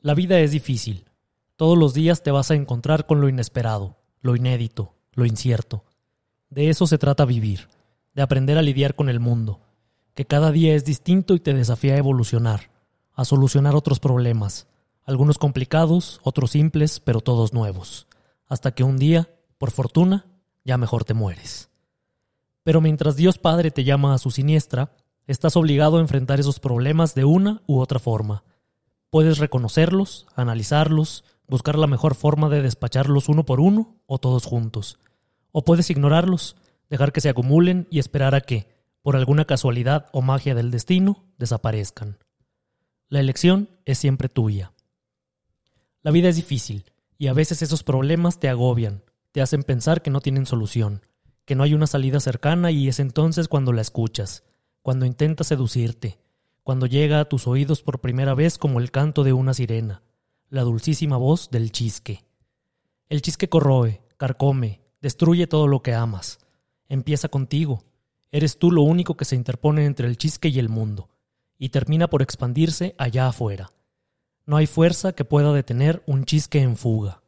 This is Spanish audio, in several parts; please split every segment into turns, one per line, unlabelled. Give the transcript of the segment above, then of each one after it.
La vida es difícil. Todos los días te vas a encontrar con lo inesperado, lo inédito, lo incierto. De eso se trata vivir, de aprender a lidiar con el mundo, que cada día es distinto y te desafía a evolucionar, a solucionar otros problemas, algunos complicados, otros simples, pero todos nuevos, hasta que un día, por fortuna, ya mejor te mueres. Pero mientras Dios Padre te llama a su siniestra, estás obligado a enfrentar esos problemas de una u otra forma. Puedes reconocerlos, analizarlos, buscar la mejor forma de despacharlos uno por uno o todos juntos. O puedes ignorarlos, dejar que se acumulen y esperar a que, por alguna casualidad o magia del destino, desaparezcan. La elección es siempre tuya. La vida es difícil, y a veces esos problemas te agobian, te hacen pensar que no tienen solución, que no hay una salida cercana y es entonces cuando la escuchas, cuando intenta seducirte, cuando llega a tus oídos por primera vez como el canto de una sirena, la dulcísima voz del chisque. El chisque corroe, carcome, destruye todo lo que amas. Empieza contigo. Eres tú lo único que se interpone entre el chisque y el mundo, y termina por expandirse allá afuera. No hay fuerza que pueda detener un chisque en fuga.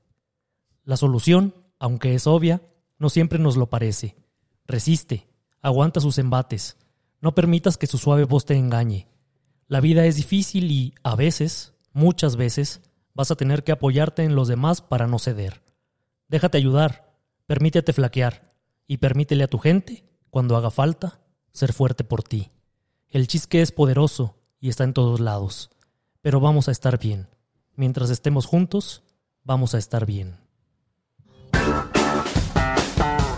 La solución, aunque es obvia, no siempre nos lo parece. Resiste, aguanta sus embates, no permitas que su suave voz te engañe. La vida es difícil y, a veces, muchas veces, vas a tener que apoyarte en los demás para no ceder. Déjate ayudar, permítete flaquear y permítele a tu gente, cuando haga falta, ser fuerte por ti. El chisque es poderoso y está en todos lados, pero vamos a estar bien. Mientras estemos juntos, vamos a estar bien.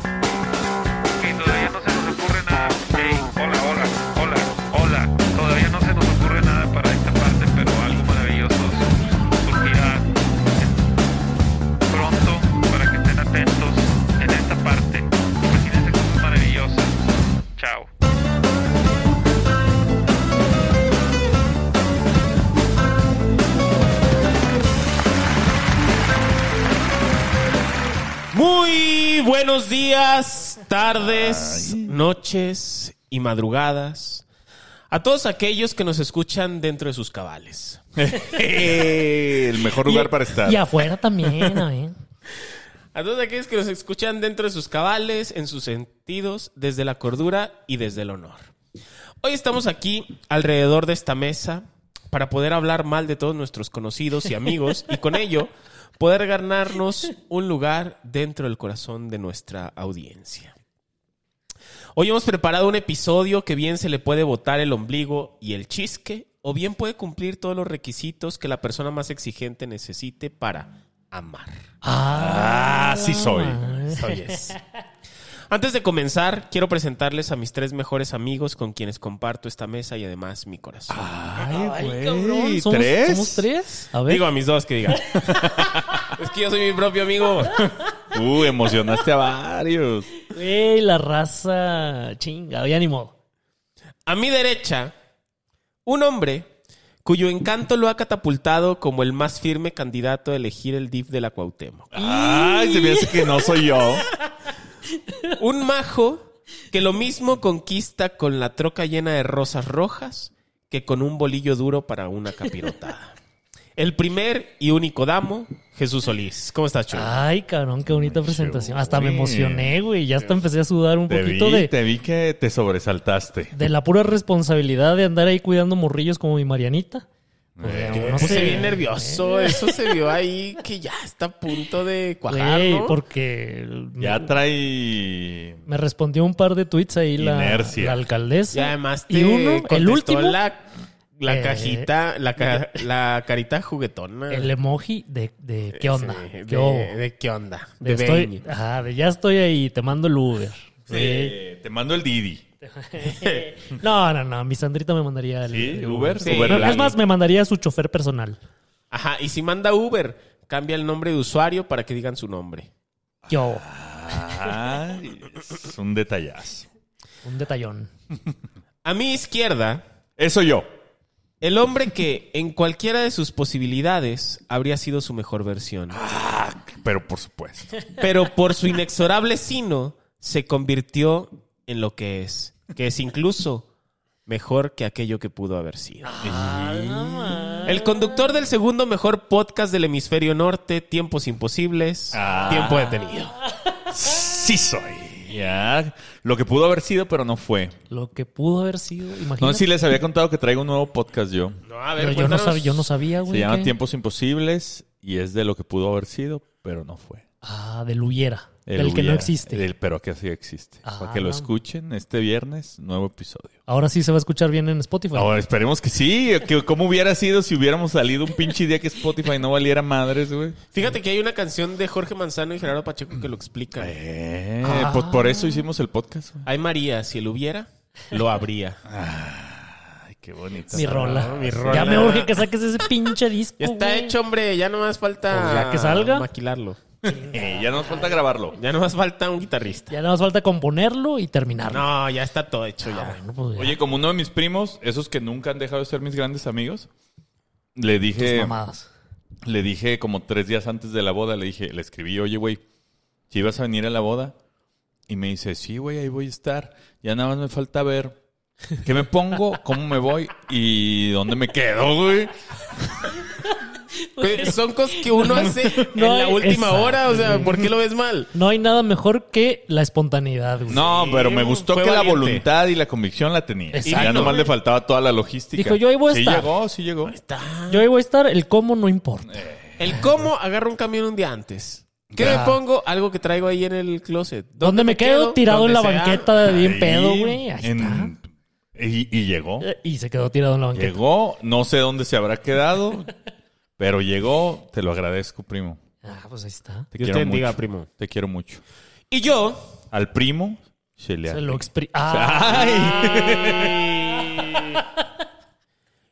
que todavía no se nos ocurre nada. Ey, hola, hola, hola, hola. Todavía no se nos ocurre nada para esta parte, pero algo maravilloso sur- surgirá pronto para que estén atentos en esta parte. Imagínense cosas maravillosas. Chao.
Muy buenos días, tardes, noches y madrugadas a todos aquellos que nos escuchan dentro de sus cabales.
Eh, El mejor lugar para estar.
Y afuera también, a ver.
A todos aquellos que nos escuchan dentro de sus cabales, en sus sentidos, desde la cordura y desde el honor. Hoy estamos aquí alrededor de esta mesa para poder hablar mal de todos nuestros conocidos y amigos y con ello poder ganarnos un lugar dentro del corazón de nuestra audiencia. Hoy hemos preparado un episodio que bien se le puede botar el ombligo y el chisque, o bien puede cumplir todos los requisitos que la persona más exigente necesite para amar.
Ah, sí soy.
Oyes. Antes de comenzar, quiero presentarles a mis tres mejores amigos con quienes comparto esta mesa y además mi corazón.
Ay, güey.
Cabrón, ¿somos,
¿Tres?
somos tres? A ver.
Digo a mis dos que digan. es que yo soy mi propio amigo.
Uh, emocionaste a varios.
Güey, la raza. Chinga, ya ni modo.
A mi derecha, un hombre cuyo encanto lo ha catapultado como el más firme candidato a elegir el DIF de la Cuauhtémoc.
Ay, se me hace que no soy yo.
Un majo que lo mismo conquista con la troca llena de rosas rojas que con un bolillo duro para una capirotada. El primer y único damo, Jesús Solís. ¿Cómo estás, Chulo?
Ay, cabrón, qué bonita
Ay,
presentación.
chulo,
Hasta me
güey.
emocioné, güey. Ya hasta empecé a sudar un
Te vi,
poquito de,
te vi que te sobresaltaste.
de la pura responsabilidad de andar ahí cuidando morrillos como mi Marianita. Pues, Eh,
Eh,
ya
Yo
uno
me puse
se-
bien nervioso. Eso se vio ahí que ya está a punto de cuajar,
Güey,
¿no?
porque Mm.
Ya trae.
me respondió un par de tweets ahí la,
Inercia.
la alcaldesa.
Y además te
Y uno, el
contestó
último,
la, la
Eh.
cajita, la, ca- la carita juguetona.
el emoji de, de qué onda.
Sí,
¿Qué
de,
hubo?
de qué onda.
De
De
estoy,
veñ.
ajá, de ya estoy ahí, te mando el Uber. Sí.
Eh, te mando el Didi.
No, no, no, mi Sandrita me mandaría el,
¿Sí?
el
Uber.
Sí.
Uber
No,
Black.
es más, me mandaría a su chofer personal.
Ajá, y si manda Uber, cambia el nombre de usuario para que digan su nombre.
Yo,
Ay, es un detallazo.
un detallón.
A mi izquierda,
Eso yo.
el hombre que en cualquiera de sus posibilidades habría sido su mejor versión,
Pero por supuesto.
pero por su inexorable sino se convirtió en lo que es, que es incluso mejor que aquello que pudo haber sido.
Ah,
El conductor del segundo mejor podcast del hemisferio norte, Tiempos Imposibles,
Ah.
Tiempo Detenido.
Sí soy. Ya. Lo que pudo haber sido, pero no fue.
Lo que pudo haber sido, imagínate.
No sé si les había contado que traigo un nuevo podcast yo.
No, a
Pero yo no,
cuéntanos.
sabía, yo no sabía, güey.
Se llama
¿qué?
Tiempos Imposibles y es de lo que pudo haber sido, pero no fue.
Ah, del Huyera.
El
del que no
hubiera,
existe.
del pero que sí existe.
Ah.
Para que lo escuchen este viernes, nuevo episodio.
Ahora sí se va a escuchar bien en Spotify.
Ahora esperemos que sí, que cómo hubiera sido si hubiéramos salido un pinche día que Spotify no valiera madres, güey.
Fíjate que hay una canción de Jorge Manzano y Gerardo Pacheco que lo explica.
Eh,
Ah.
pues por eso hicimos el podcast. güey.
Ay María, si él hubiera, lo habría.
Ay, qué bonita.
mi rola.
Ah, mi rola.
Ya me urge que saques ese pinche disco.
Ya está
güey.
hecho, hombre. Ya no más falta
Pues ya que salga.
maquilarlo.
Eh, ya nos falta grabarlo.
Ya no más falta un guitarrista.
Ya nada más falta componerlo y terminarlo.
No, ya está todo hecho
Ah,
ya.
bueno, pues ya.
Oye, como uno de mis primos, esos que nunca han dejado de ser mis grandes amigos, le
Tus
dije,
mamadas.
le dije como tres días antes de la boda, le dije, le escribí, oye, güey, si ibas a venir a la boda, y me dice, sí, güey, ahí voy a estar, ya nada más me falta ver qué me pongo, cómo me voy y dónde me quedo, güey.
Pero Pues son cosas que uno hace
No,
en la última
esa.
hora. O sea, ¿por qué lo ves mal?
No hay nada mejor que la espontaneidad, güey.
No,
Sí,
pero me gustó
fue
que la
valiente.
voluntad y la convicción la tenía. Y
Exacto.
ya nomás le faltaba toda la logística.
Dijo, yo ahí voy a
sí
estar.
llegó, sí llegó.
Yo ahí voy a estar, el cómo no importa.
Eh,
El cómo agarro un camión un día antes. ¿Qué
Ya.
me pongo? Algo que traigo ahí en el closet. ¿Dónde,
¿Dónde me quedo? Tirado en la
Donde sea.
banqueta de bien
Ahí,
pedo, güey. Ahí
en- Y, y llegó.
está. Eh, Y se quedó tirado en la banqueta.
Llegó, no sé dónde se habrá quedado, pero llegó. Te lo agradezco, primo.
Ah, pues ahí está.
Te
Dios
quiero
te bendiga,
mucho.
primo.
Te quiero mucho.
Y yo.
Al primo se le
Se
hace.
lo expri... Ah,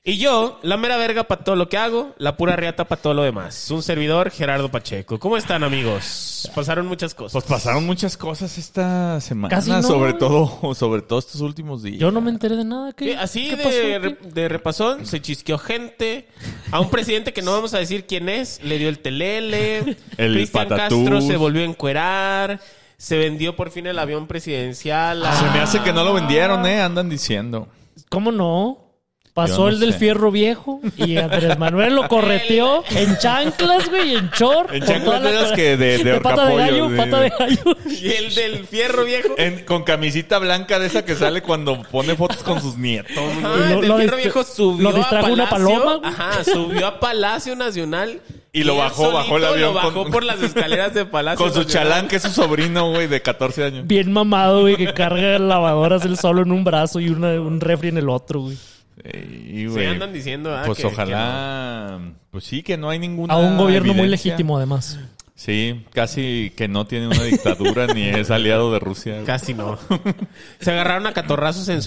Y yo, la mera verga para todo lo que hago, la pura riata para todo lo demás. Un servidor, Gerardo Pacheco. ¿Cómo están, amigos? Pasaron muchas cosas.
Pues pasaron muchas cosas esta semana,
Casi no,
sobre
güey.
todo, sobre todo estos últimos días.
yo no me enteré de nada. ¿Qué,
Eh, Así
qué
de,
pasó? ¿Qué?
re- de repasón, se chisqueó gente. A un presidente que no vamos a decir quién es, le dio el telele.
El
Cristian
patatús.
Castro se volvió a encuerar. Se vendió por fin el avión presidencial. a-
Ah, Se me hace que no lo vendieron, eh, andan diciendo.
¿Cómo no? Pasó
Yo no
el del
sé.
fierro viejo y Andrés Manuel lo correteó en chanclas, güey, y en short.
En
por
chanclas
toda la
de esas
cor-
que de- de
pata de
horcapollo,
gallo,
de-
pata de gallo.
Y el del fierro viejo.
En- con camisita blanca de esa que sale cuando pone fotos con sus nietos.
Ajá,
Y lo-
Ah, el del
lo
fierro
distra-
viejo subió
lo distrajo
a
una
Palacio,
paloma, güey.
Ajá, subió a Palacio Nacional.
Y lo
él
bajó, bajó el
solito
avión
Lo bajó
con-
por las escaleras de Palacio
Con su
Nacional.
chalán, que es su sobrino, güey, de 14 años.
Bien mamado, güey, que carga lavadoras él solo en un brazo y una- un refri en el otro, güey.
Ey,
Sí,
güey.
andan diciendo, ah,
Pues
que-
ojalá. Pues sí, que no hay ninguna.
A un gobierno muy
evidencia.
legítimo, además.
Sí, casi que no tiene una dictadura ni es aliado de Rusia.
Casi no. Se agarraron a catorrazos en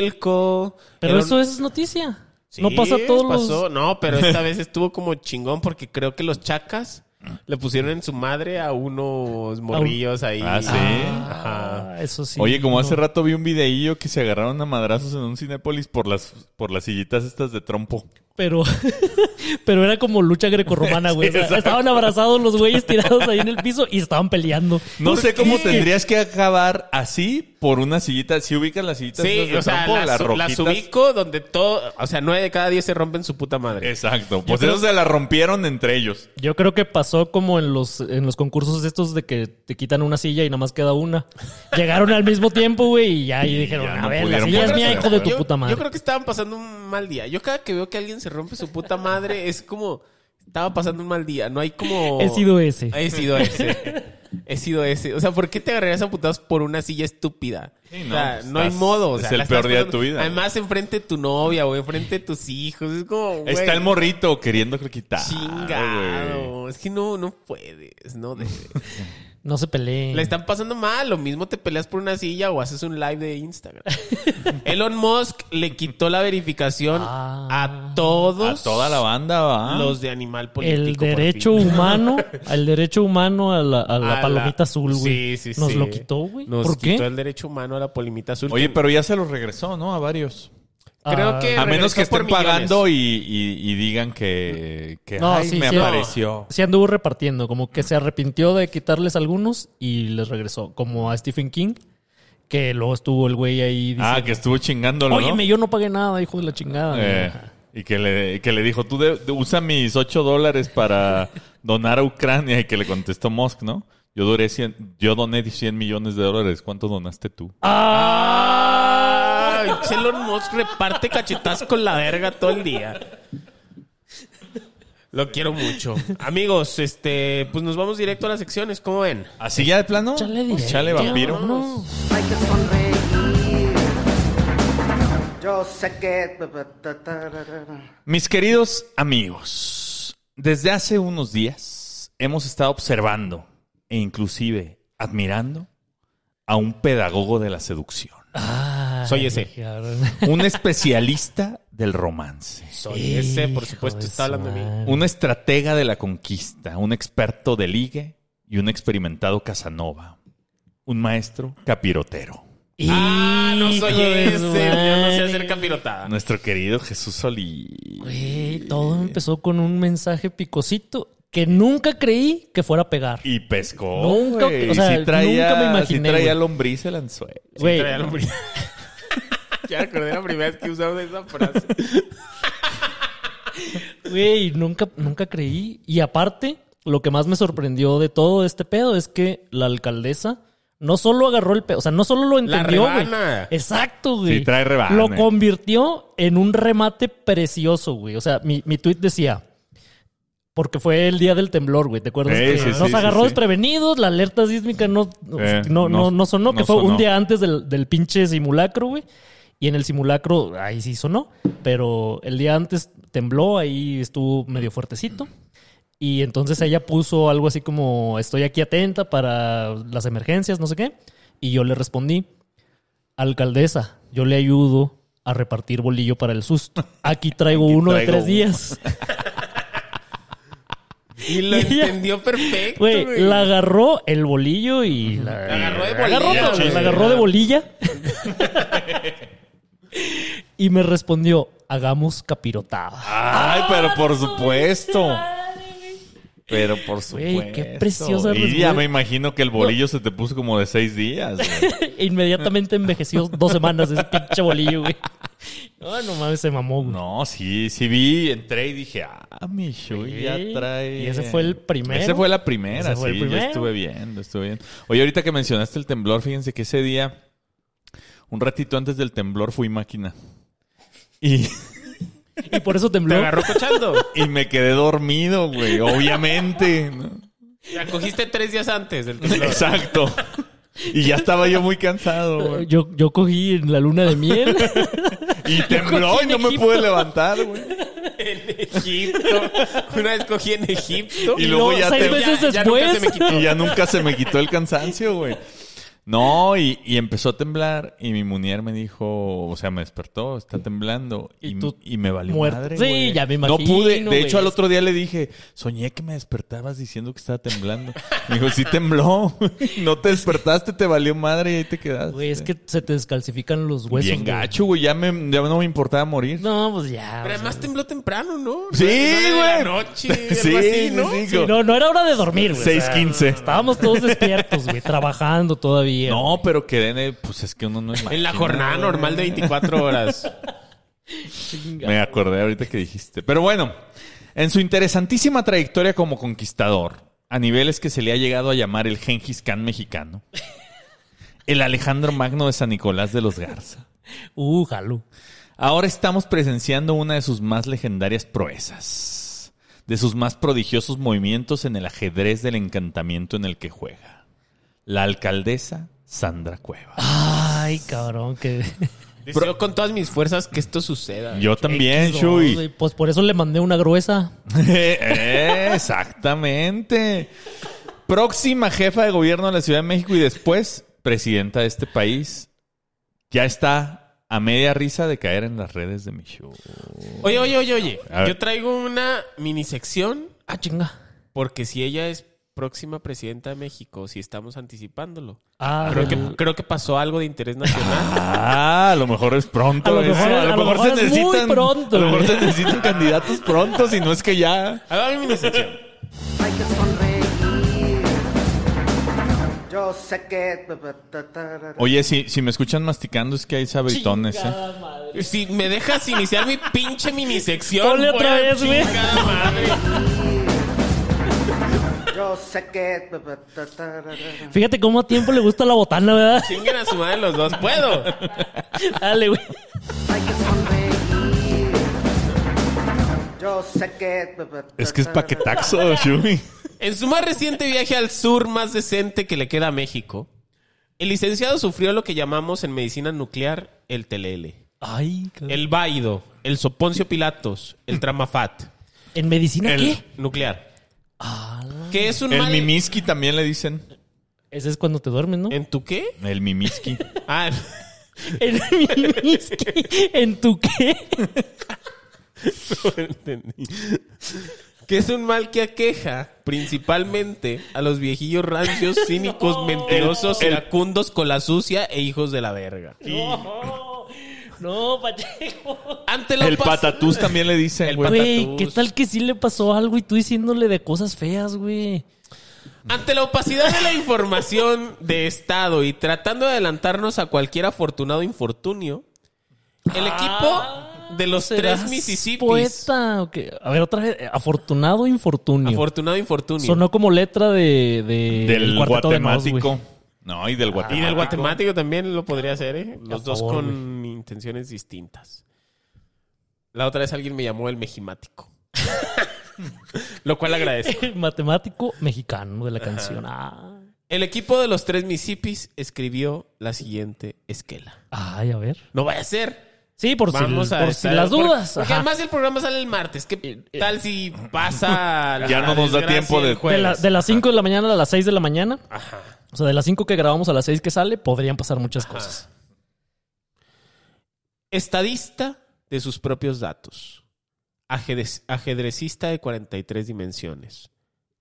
Xochimilco.
Pero
Era un-
eso es noticia.
Sí,
no pasa todos
pasó.
los...
No, pero esta vez estuvo como chingón porque creo que los chacas le pusieron en su madre a unos morrillos ahí.
Ah, sí.
Ajá.
Ah, eso sí.
Oye, como
no.
hace rato vi un videillo que se agarraron a madrazos en un Cinépolis por las, por las sillitas estas de trompo.
Pero, pero era como lucha grecorromana, güey. O sea,
Sí, exacto.
estaban abrazados los güeyes tirados ahí en el piso y estaban peleando.
No
¿Por
sé cómo
qué?
tendrías que acabar así por una sillita. Si ubicas las sillitas estas
Sí,
de
o sea,
trompo,
las,
las,
su-
rojitas.
las ubico donde todo, o sea, nueve de cada diez se rompen su puta madre.
Exacto. Pues
creo-
esos se la rompieron entre ellos.
Yo creo que pasó como en los, en los concursos estos de que te quitan una silla y nada más queda una. Llegaron al mismo tiempo, güey, y ya y dijeron,
ya
a
no
ver, la silla
pudieron
es
ponerse
mía,
de
hijo de tu
Yo-
puta madre.
Yo creo que estaban pasando un mal día. Yo cada que veo que alguien se rompe su puta madre es como estaba pasando un mal día. No hay como
He sido ese.
He sido ese. He sido ese. O sea, ¿por qué te agarrarías a putados por una silla estúpida?
Sí,
no,
no,
o sea,
pues,
no hay
estás-
modo. o sea,
es el
la estás
peor día de
pasando-
tu vida.
Además, enfrente de tu novia o enfrente de tus hijos. Es como. güey,
Está el morrito queriendo quitar. güey.
Chingado. Es que no, no puedes. No debes.
No se peleen.
La están pasando mal. Lo mismo te peleas por una silla o haces un live de Instagram. Elon Musk le quitó la verificación
Ah.
a todos
A toda la banda va.
los de Animal Político.
El
por
derecho
fin.
humano, el derecho humano a la, a la
A la-
palomita azul, güey.
Sí, sí,
Nos
sí.
lo quitó, güey.
Nos
¿Por
quitó
qué?
el derecho humano a la polimita azul.
Oye,
que
pero ya se los regresó, ¿no? A varios.
creo
Ah,
que
A menos que
regresó por
estén
millones.
pagando y, y- y digan que, que
No,
ay,
sí,
me
sí.
apareció.
Se anduvo repartiendo, como que se arrepintió de quitarles algunos y les regresó, como a Stephen King, Que luego estuvo el güey ahí
Ah,
diciendo,
que estuvo chingándolo, ¿no?
Óyeme, yo no pagué nada, hijo de la chingada.
Eh, y que le, que le dijo, tú de- de- usa mis 8 dólares para donar a Ucrania. Y que le contestó Musk, ¿no? Yo, duré 100 yo doné 100 millones de dólares. ¿Cuánto donaste tú?
Ay, Elon Musk reparte cachetas con la verga todo el día. Lo quiero mucho. Amigos, este, pues nos vamos directo a las secciones, ¿cómo ven?
¿Así ya de plano?
Chale directo.
Chale vampiro.
No.
Hay que sonreír. Yo sé que.
Mis queridos amigos, desde hace unos días hemos estado observando e inclusive admirando a un pedagogo de la seducción.
Ay,
Soy ese.
cabrón.
Un especialista del romance.
Soy ese, por
Hijo
supuesto,
de
está hablando de
su
mí.
madre.
Un estratega de la conquista, un experto de ligue y un experimentado Casanova. Un maestro capirotero.
Ah, no soy
Hijo de
ese,
su
yo no sé
madre.
hacer capirotada.
Nuestro querido Jesús Solí.
Güey, todo empezó con un mensaje picosito que nunca creí que fuera a pegar.
Y pescó.
Nunca-
güey.
o sea,
Sí traía-
nunca me imaginé,
sí traía
güey.
lombriz el anzuelo.
Güey,
Traía la pri- Ya recordé la primera vez que usamos esa frase.
güey, nunca, nunca creí. Y aparte, lo que más me sorprendió de todo este pedo es que la alcaldesa no solo agarró el pedo, o sea, no solo lo entendió, güey.
rebana.
Exacto, güey.
Sí, trae rebana.
Lo convirtió en un remate precioso, güey. O sea, mi, mi tweet decía. Porque fue el día del temblor, güey. ¿Te acuerdas?
Eh,
que
sí, sí,
nos
sí,
agarró
sí.
desprevenidos, la alerta sísmica no,
Eh,
no, no,
no-
no sonó, que
no
fue un
sonó.
día antes del, del pinche simulacro, güey. Y en el simulacro, ahí sí sonó, pero el día antes tembló, ahí estuvo medio fuertecito. Y entonces ella puso algo así como, estoy aquí atenta para las emergencias, no sé qué. Y yo le respondí, alcaldesa, yo le ayudo a repartir bolillo para el susto. Aquí traigo
Aquí
uno
traigo
de tres
uno".
días.
Y lo
Y ella-
entendió perfecto,
Güey,
güey.
la agarró el bolillo y la,
La agarró de
la agarró,
bolilla,
pero
güey.
la agarró de bolilla. y me respondió, hagamos capirotada.
Ay, pero
Ah,
por supuesto. Pero por
Güey,
supuesto.
qué preciosa
Y ya
respuesta.
me imagino que el bolillo se te puso como de seis días. güey.
E Inmediatamente envejeció dos semanas ese pinche bolillo, güey. No, no mames, se mamó, güey.
No, sí, sí vi, entré y dije, ah, mi Shui ya
Sí.
trae.
Y ese fue el primero.
Ese fue la primera,
Ese fue el
sí,
primero.
yo estuve viendo, estuve viendo. Oye, ahorita que mencionaste el temblor, fíjense que ese día, un ratito antes del temblor, fui máquina. Y.
Y por eso
Te
tembló.
agarró cochando.
Y me quedé dormido, güey, obviamente. ¿no?
La cogiste tres días antes del temblor.
Exacto. Y ya estaba yo muy cansado, güey.
Eh, Yo, yo cogí en la luna de miel.
Y tembló
cogí
y
en
no me
Egipto.
pude levantar, güey.
En Egipto. Una vez cogí en Egipto.
Y luego ya
seis
te-
meses
Ya- ya nunca se
después.
me quitó.
Y ya nunca se me quitó el cansancio, güey. No, y, y empezó a temblar y mi munier me dijo, o sea, me despertó, está temblando y,
Y tú
y me valió
muerto.
madre,
Sí,
güey.
ya me
No
imagino,
pude, de hecho
güey.
al otro día le dije, soñé que me despertabas diciendo que estaba temblando. Me dijo, sí tembló, no te despertaste, te valió madre y ahí te quedaste.
Güey, es que se te descalcifican los huesos.
Bien
güey.
gacho, güey. Ya, me, ya no me importaba morir.
No, pues ya.
Pero
o sea,
además tembló temprano, ¿no?
Sí,
Nueve de la
güey.
noche, algo
Sí,
así, ¿no?
sí, sí.
sí, no, no era hora de dormir, güey.
6:15.
estábamos todos despiertos, güey, trabajando todavía.
No, pero quedé en el- Pues es que uno no es
En la
máquina,
jornada
güey.
normal de 24 horas.
Chinga.
Me acordé ahorita que dijiste. Pero bueno, en su interesantísima trayectoria como conquistador, a niveles que se le ha llegado a llamar el Gengis Khan mexicano, el Alejandro Magno de San Nicolás de los Garza.
Uh, jalú.
Ahora estamos presenciando una de sus más legendarias proezas, de sus más prodigiosos movimientos en el ajedrez del encantamiento en el que juega. La alcaldesa Sandra Cueva.
Ay, cabrón, que.
Deseo con todas mis fuerzas que esto suceda.
Yo también,
X2,
Chuy.
güey, Pues por eso le mandé una gruesa.
Eh, Exactamente. Próxima jefa de gobierno de la Ciudad de México y después presidenta de este país. Ya está a media risa de caer en las redes de mi show.
Oye, oye, oye, oye.
A ver.
Yo traigo una mini sección
Ah, chinga.
porque si ella es próxima presidenta de México, si estamos anticipándolo.
Ah,
Creo
del-
que, creo que pasó algo de interés nacional.
Ah, a lo mejor es pronto. ¿eh?
A lo mejor-
eso.
a lo mejor es muy pronto, ¿eh?
a lo mejor
güey.
se necesitan candidatos pronto, si no es que ya.
Ahí va mi mini sección.
Hay que sonreír. Yo sé que.
Oye, si, si me escuchan masticando es que hay sabritones, ¿eh?
Chingada madre.
Si me dejas iniciar mi pinche minisección.
Ponle otra
güey,
vez, güey.
chingada madre.
Yo sé que.
Fíjate cómo a tiempo le gusta la botana, ¿verdad?
Chinguen a su madre los dos. Puedo.
Dale, güey.
Hay que sonreír. Yo sé que.
Es que es paquetaxo, Shumi.
En su más reciente viaje al sur más decente que le queda a México, el licenciado sufrió lo que llamamos en medicina nuclear el TLL.
Ay, cabrón.
El Baido, el Soponcio Pilatos, el Tramafat.
¿En medicina
El-
qué?
Nuclear.
Ah, la-
Que es un
El
mal-
mimiski también le dicen.
ese es cuando te duermes, ¿no? En,
¿En tu qué?
El mimiski.
Ah,
es que- ¿En tu qué?
no entendí. Que es un mal que aqueja principalmente a los viejillos rancios, cínicos, mentirosos, iracundos, con la sucia e hijos de la verga.
No, no, Pacheco.
Ante lo
El
pas-
patatús también le dicen, güey.
Güey, ¿qué
Patatús.
tal que sí le pasó algo y tú diciéndole de cosas feas, güey?
Ante la opacidad de la información de Estado y tratando de adelantarnos a cualquier afortunado infortunio, el equipo de los
Ah, ¿Serás
tres Mississippis,
Poeta, o qué? A ver, otra vez. eh, Afortunado infortunio.
afortunado infortunio,
Sonó como letra de, de
Del
el Cuarteto de Nos, güey.
guatemático. No, y del Ah. guatemático.
y del guatemático también lo podría hacer, ¿eh? los
A
dos
favor,
con intenciones distintas. La otra vez alguien me llamó el mejimático, lo cual agradezco.
Matemático mexicano de la canción. Ah.
El equipo de los tres Mississippis escribió la siguiente esquela.
Ay, a ver.
No vaya a ser.
Sí, por,
Vamos
si,
a
por si
estar-
las
porque-
dudas.
Porque,
ajá.
además el programa sale el martes. ¿Qué
eh.
tal si pasa la
Ya no nos da
desgracia
tiempo de-
el
de,
jueves?
la- de las 5 de la mañana a las 6 de la mañana.
Ajá.
O sea, de las 5 que grabamos a las 6 que sale, podrían pasar muchas cosas.
Estadista de sus propios datos. Ajedrez- ajedrecista de 43 dimensiones.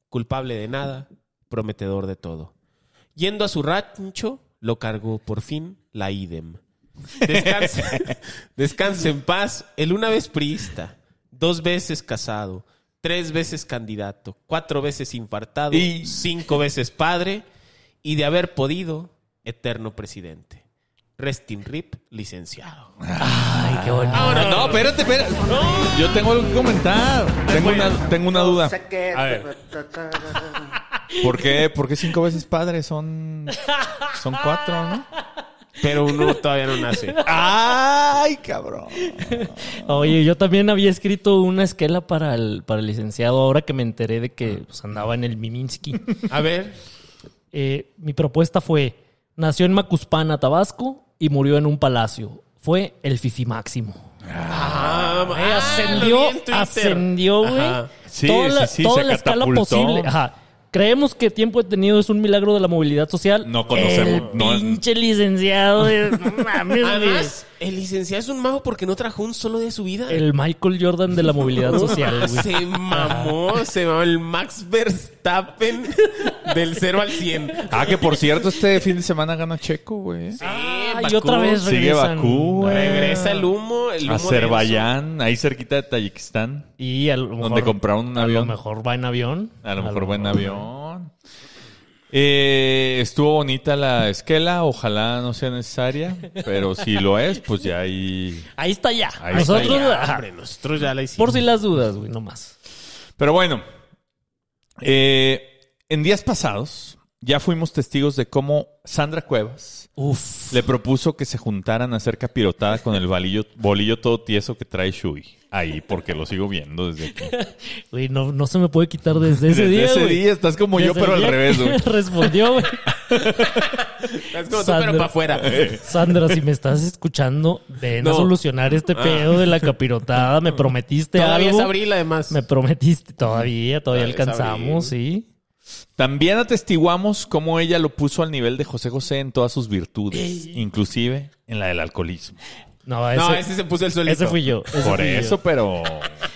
Culpable de nada, prometedor de todo. Yendo a su rancho, lo cargó por fin la idem. Descanse, descanse en paz, el una vez priista, dos veces casado, tres veces candidato, cuatro veces infartado,
Y-
cinco veces padre y de haber podido, eterno presidente. Rest in rip, licenciado.
Ay, qué bonito.
Ahora no, pero
espérate, espérate. Yo tengo algo que comentar. Tengo una, tengo una duda.
Sé que.
A ver, ¿por qué, por qué cinco veces padre? Son, son cuatro, ¿no?
Pero uno todavía no nace.
¡Ay, cabrón!
Oye, yo también había escrito una esquela para el, para el licenciado ahora que me enteré de que pues, andaba en el Miminsky.
A ver,
Eh, mi propuesta fue: nació en Macuspana, Tabasco, y murió en un palacio. Fue el Fifi Máximo. Eh,
ah,
ascendió,
lo vi en Twitter.
ascendió, güey.
Ajá.
Sí,
toda la,
sí, sí,
toda
se
la escala
catapultó.
posible. Ajá. Creemos que tiempo detenido es un milagro de la movilidad social.
No conocemos,
El
no es-
pinche licenciado. de- no mames, güey.
Además, el licenciado es un mago porque no trajo un solo día de su vida.
El Michael Jordan de la movilidad social, güey.
Se mamó, se mamó el Max Verstappen del 0 al 100.
Ah, que por cierto, este fin de semana gana Checo, güey.
Ay, otra vez
Sigue
regresan.
Bakú, eh. güey.
Regresa el humo, el humo
Azerbaiyán, ahí cerquita de Tayikistán.
Y a lo mejor,
Donde compraron un avión.
A lo mejor va en avión.
A lo mejor buen avión. Eh, estuvo bonita la esquela, ojalá no sea necesaria, pero si lo es, pues ya ahí.
Ahí está ya.
Ahí está
Nosotros,
denso.
ajá,
Hombre, nosotros ya la hicimos.
por si las dudas, güey, nomás.
Pero bueno, eh, en días pasados ya fuimos testigos de cómo Sandra Cuevas
Uf.
le propuso que se juntaran a hacer capirotada con el balillo- bolillo todo tieso que trae Shui. Ahí, porque lo sigo viendo desde aquí.
Güey, no, no se me puede quitar desde ese
Desde
día,
ese
güey.
día estás como yo,
Desde el
pero al
día
revés,
que
güey.
Respondió, güey.
Es como tú,
Sandra.
pero para afuera.
Sandra, si me estás escuchando, ven a
No.
solucionar
Ah.
este pedo de la capirotada. Me prometiste
Todavía
algo.
es abril, además.
Me prometiste todavía, todavía
Todavía es
alcanzamos, sí.
También atestiguamos cómo ella lo puso al nivel de José José en todas sus virtudes, inclusive en la del alcoholismo.
No, ese,
No, ese se puso el solito.
ese fui yo. ese
Por
fui yo.
eso, pero,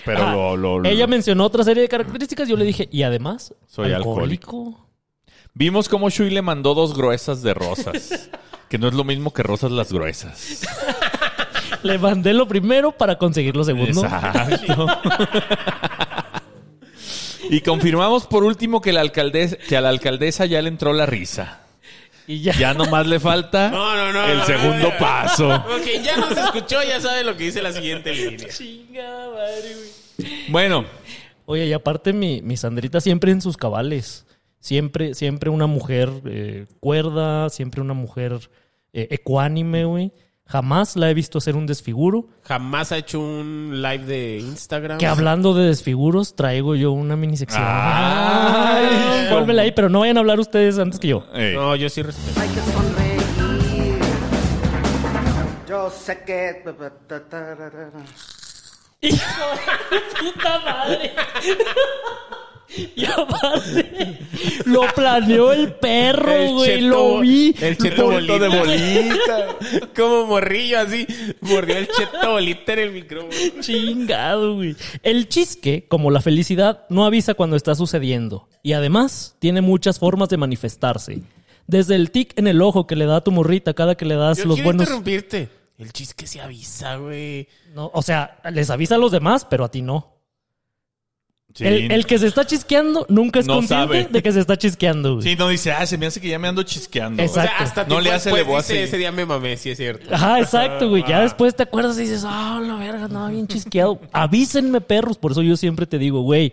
pero
Ah,
lo, lo- lo-
Ella mencionó otra serie de características. Yo le dije, y además,
Soy vimos cómo Shui le mandó dos gruesas de rosas, que no es lo mismo que rosas las gruesas.
Le mandé lo primero para conseguir lo segundo.
Exacto. y confirmamos por último que, la alcaldesa, que a la alcaldesa ya le entró la risa.
Y ya.
Ya nomás le falta
No, no, no,
el
no,
segundo
no.
paso.
Ok, ya nos escuchó, ya sabe lo que dice la siguiente línea.
Chinga madre, güey.
Bueno,
Oye, y aparte mi, mi Sandrita siempre en sus cabales. Siempre, siempre una mujer eh, cuerda, siempre una mujer eh, ecuánime, güey. Jamás la he visto hacer un desfiguro.
Jamás ha hecho un live de Instagram.
Que hablando de desfiguros, traigo yo una minisección.
Ay,
Ay, Pónmela ahí, pero no vayan a hablar ustedes antes que yo.
ey,
No, yo sí respeto.
Hay que sonreír. Yo sé que.
¡Puta madre! Y aparte, lo planeó el perro, güey.
Cheto-
Lo vi.
El cheto
Bulto
bolita.
de
Como morrillo así. Mordió el cheto bolita en el micrófono.
Chingado, güey. El chisque, como la felicidad, no avisa cuando está sucediendo. Y además, tiene muchas formas de manifestarse. Desde el tic en el ojo que le da a tu morrita cada que le das
Yo
los
quiero
buenos.
interrumpirte. El chisque se avisa, güey.
No, o sea, les avisa a los demás, pero a ti no.
sí.
El, el que se está chisqueando nunca es
No
consciente
sabe.
de que se está chisqueando, güey.
Sí, no dice, ah, se me hace que ya me ando chisqueando.
O
Exacto.
sea, hasta
No
tiempo
le hace,
después
le voy a
dice,
seguir.
Ese día me mamé, sí es cierto.
Ajá, exacto, güey.
Ah.
Ya después te acuerdas y dices, ah, la verga, no, bien chisqueado. Avísenme, perros. Por eso yo siempre te digo, güey,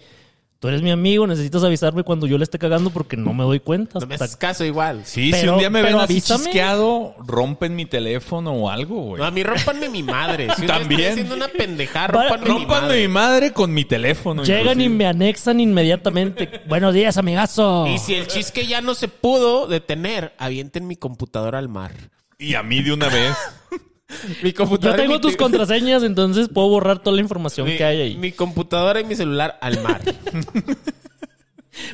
tú eres mi amigo, necesitas avisarme cuando yo le esté cagando porque no me doy cuenta.
No me
Hasta-
haces caso igual.
Sí, si
Pero-
un día me
pero
ven así
avísame.
chisqueado, rompen mi teléfono o algo, güey.
No, a mí rompanme mi madre. Si un día
También.
estoy haciendo una pendejada,
Vale,
rompanme mi
Rompan
madre.
mi madre con mi teléfono.
Llegan y
inclusive.
me anexan inmediatamente. Buenos días, amigazo.
Y si el chisque ya no se pudo detener, avienten mi computadora al mar.
Y a mí de una vez.
Mi
Yo
computadora. y
tengo
mi
tus
te-
contraseñas, entonces puedo borrar toda la información
mi-
que hay ahí.
Mi computadora y mi celular al mar.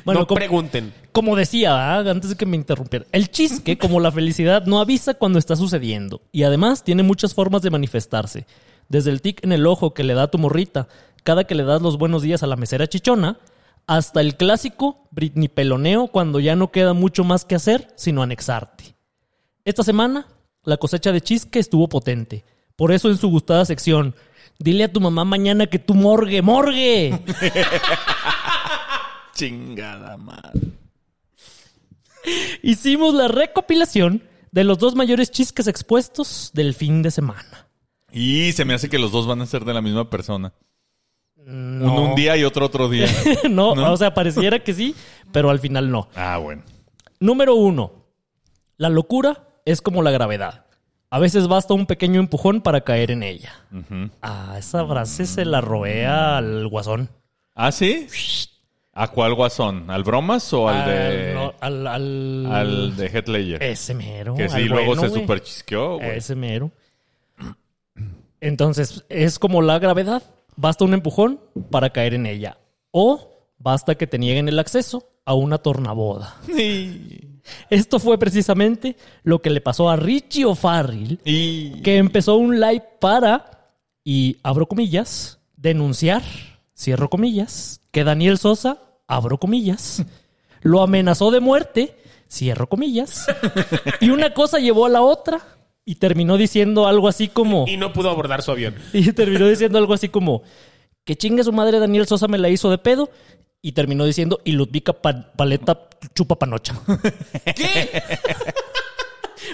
Bueno,
no
com-
pregunten.
como decía, ¿verdad? antes de que me interrumpiera, el chisque, como la felicidad, no avisa cuando está sucediendo. Y además tiene muchas formas de manifestarse. Desde el tic en el ojo que le da a tu morrita, cada que le das los buenos días a la mesera chichona, hasta el clásico Britney peloneo cuando ya no queda mucho más que hacer sino anexarte. Esta semana, la cosecha de chisque estuvo potente. Por eso en su gustada sección, dile a tu mamá mañana que tú morgue, morgue.
Chingada madre.
Hicimos la recopilación de los dos mayores chisques expuestos del fin de semana.
Y se me hace que los dos van a ser de la misma persona. Uno un día y otro otro día.
no,
¿No?
o sea, pareciera que sí, pero al final no.
ah, bueno.
Número uno, la locura es como la gravedad. A veces basta un pequeño empujón para caer en ella. Ah, esa frase se la robé al guasón.
¿Ah, sí? ¿A cuál guasón? ¿Al bromas o al de.
Al, no, al, al-
Al de Head Ledger?
Ese mero.
que sí,
al
luego
bueno,
se
güey.
super chisqueó, güey.
Ese mero. Entonces, es como la gravedad. Basta un empujón para caer en ella. O basta que te nieguen el acceso a una tornaboda.
Y-
Esto fue precisamente lo que le pasó a Richie O'Farrill,
Y.
que empezó un live para, y abro comillas, denunciar, cierro comillas, que Daniel Sosa, abro comillas, lo amenazó de muerte, cierro comillas, y una cosa llevó a la otra y terminó diciendo algo así como...
Y no pudo abordar su avión.
Y terminó diciendo algo así como: Que chingue su madre, Daniel Sosa me la hizo de pedo. Y terminó diciendo: Y Ludvica Pa- Paleta chupa panocha.
¿Qué?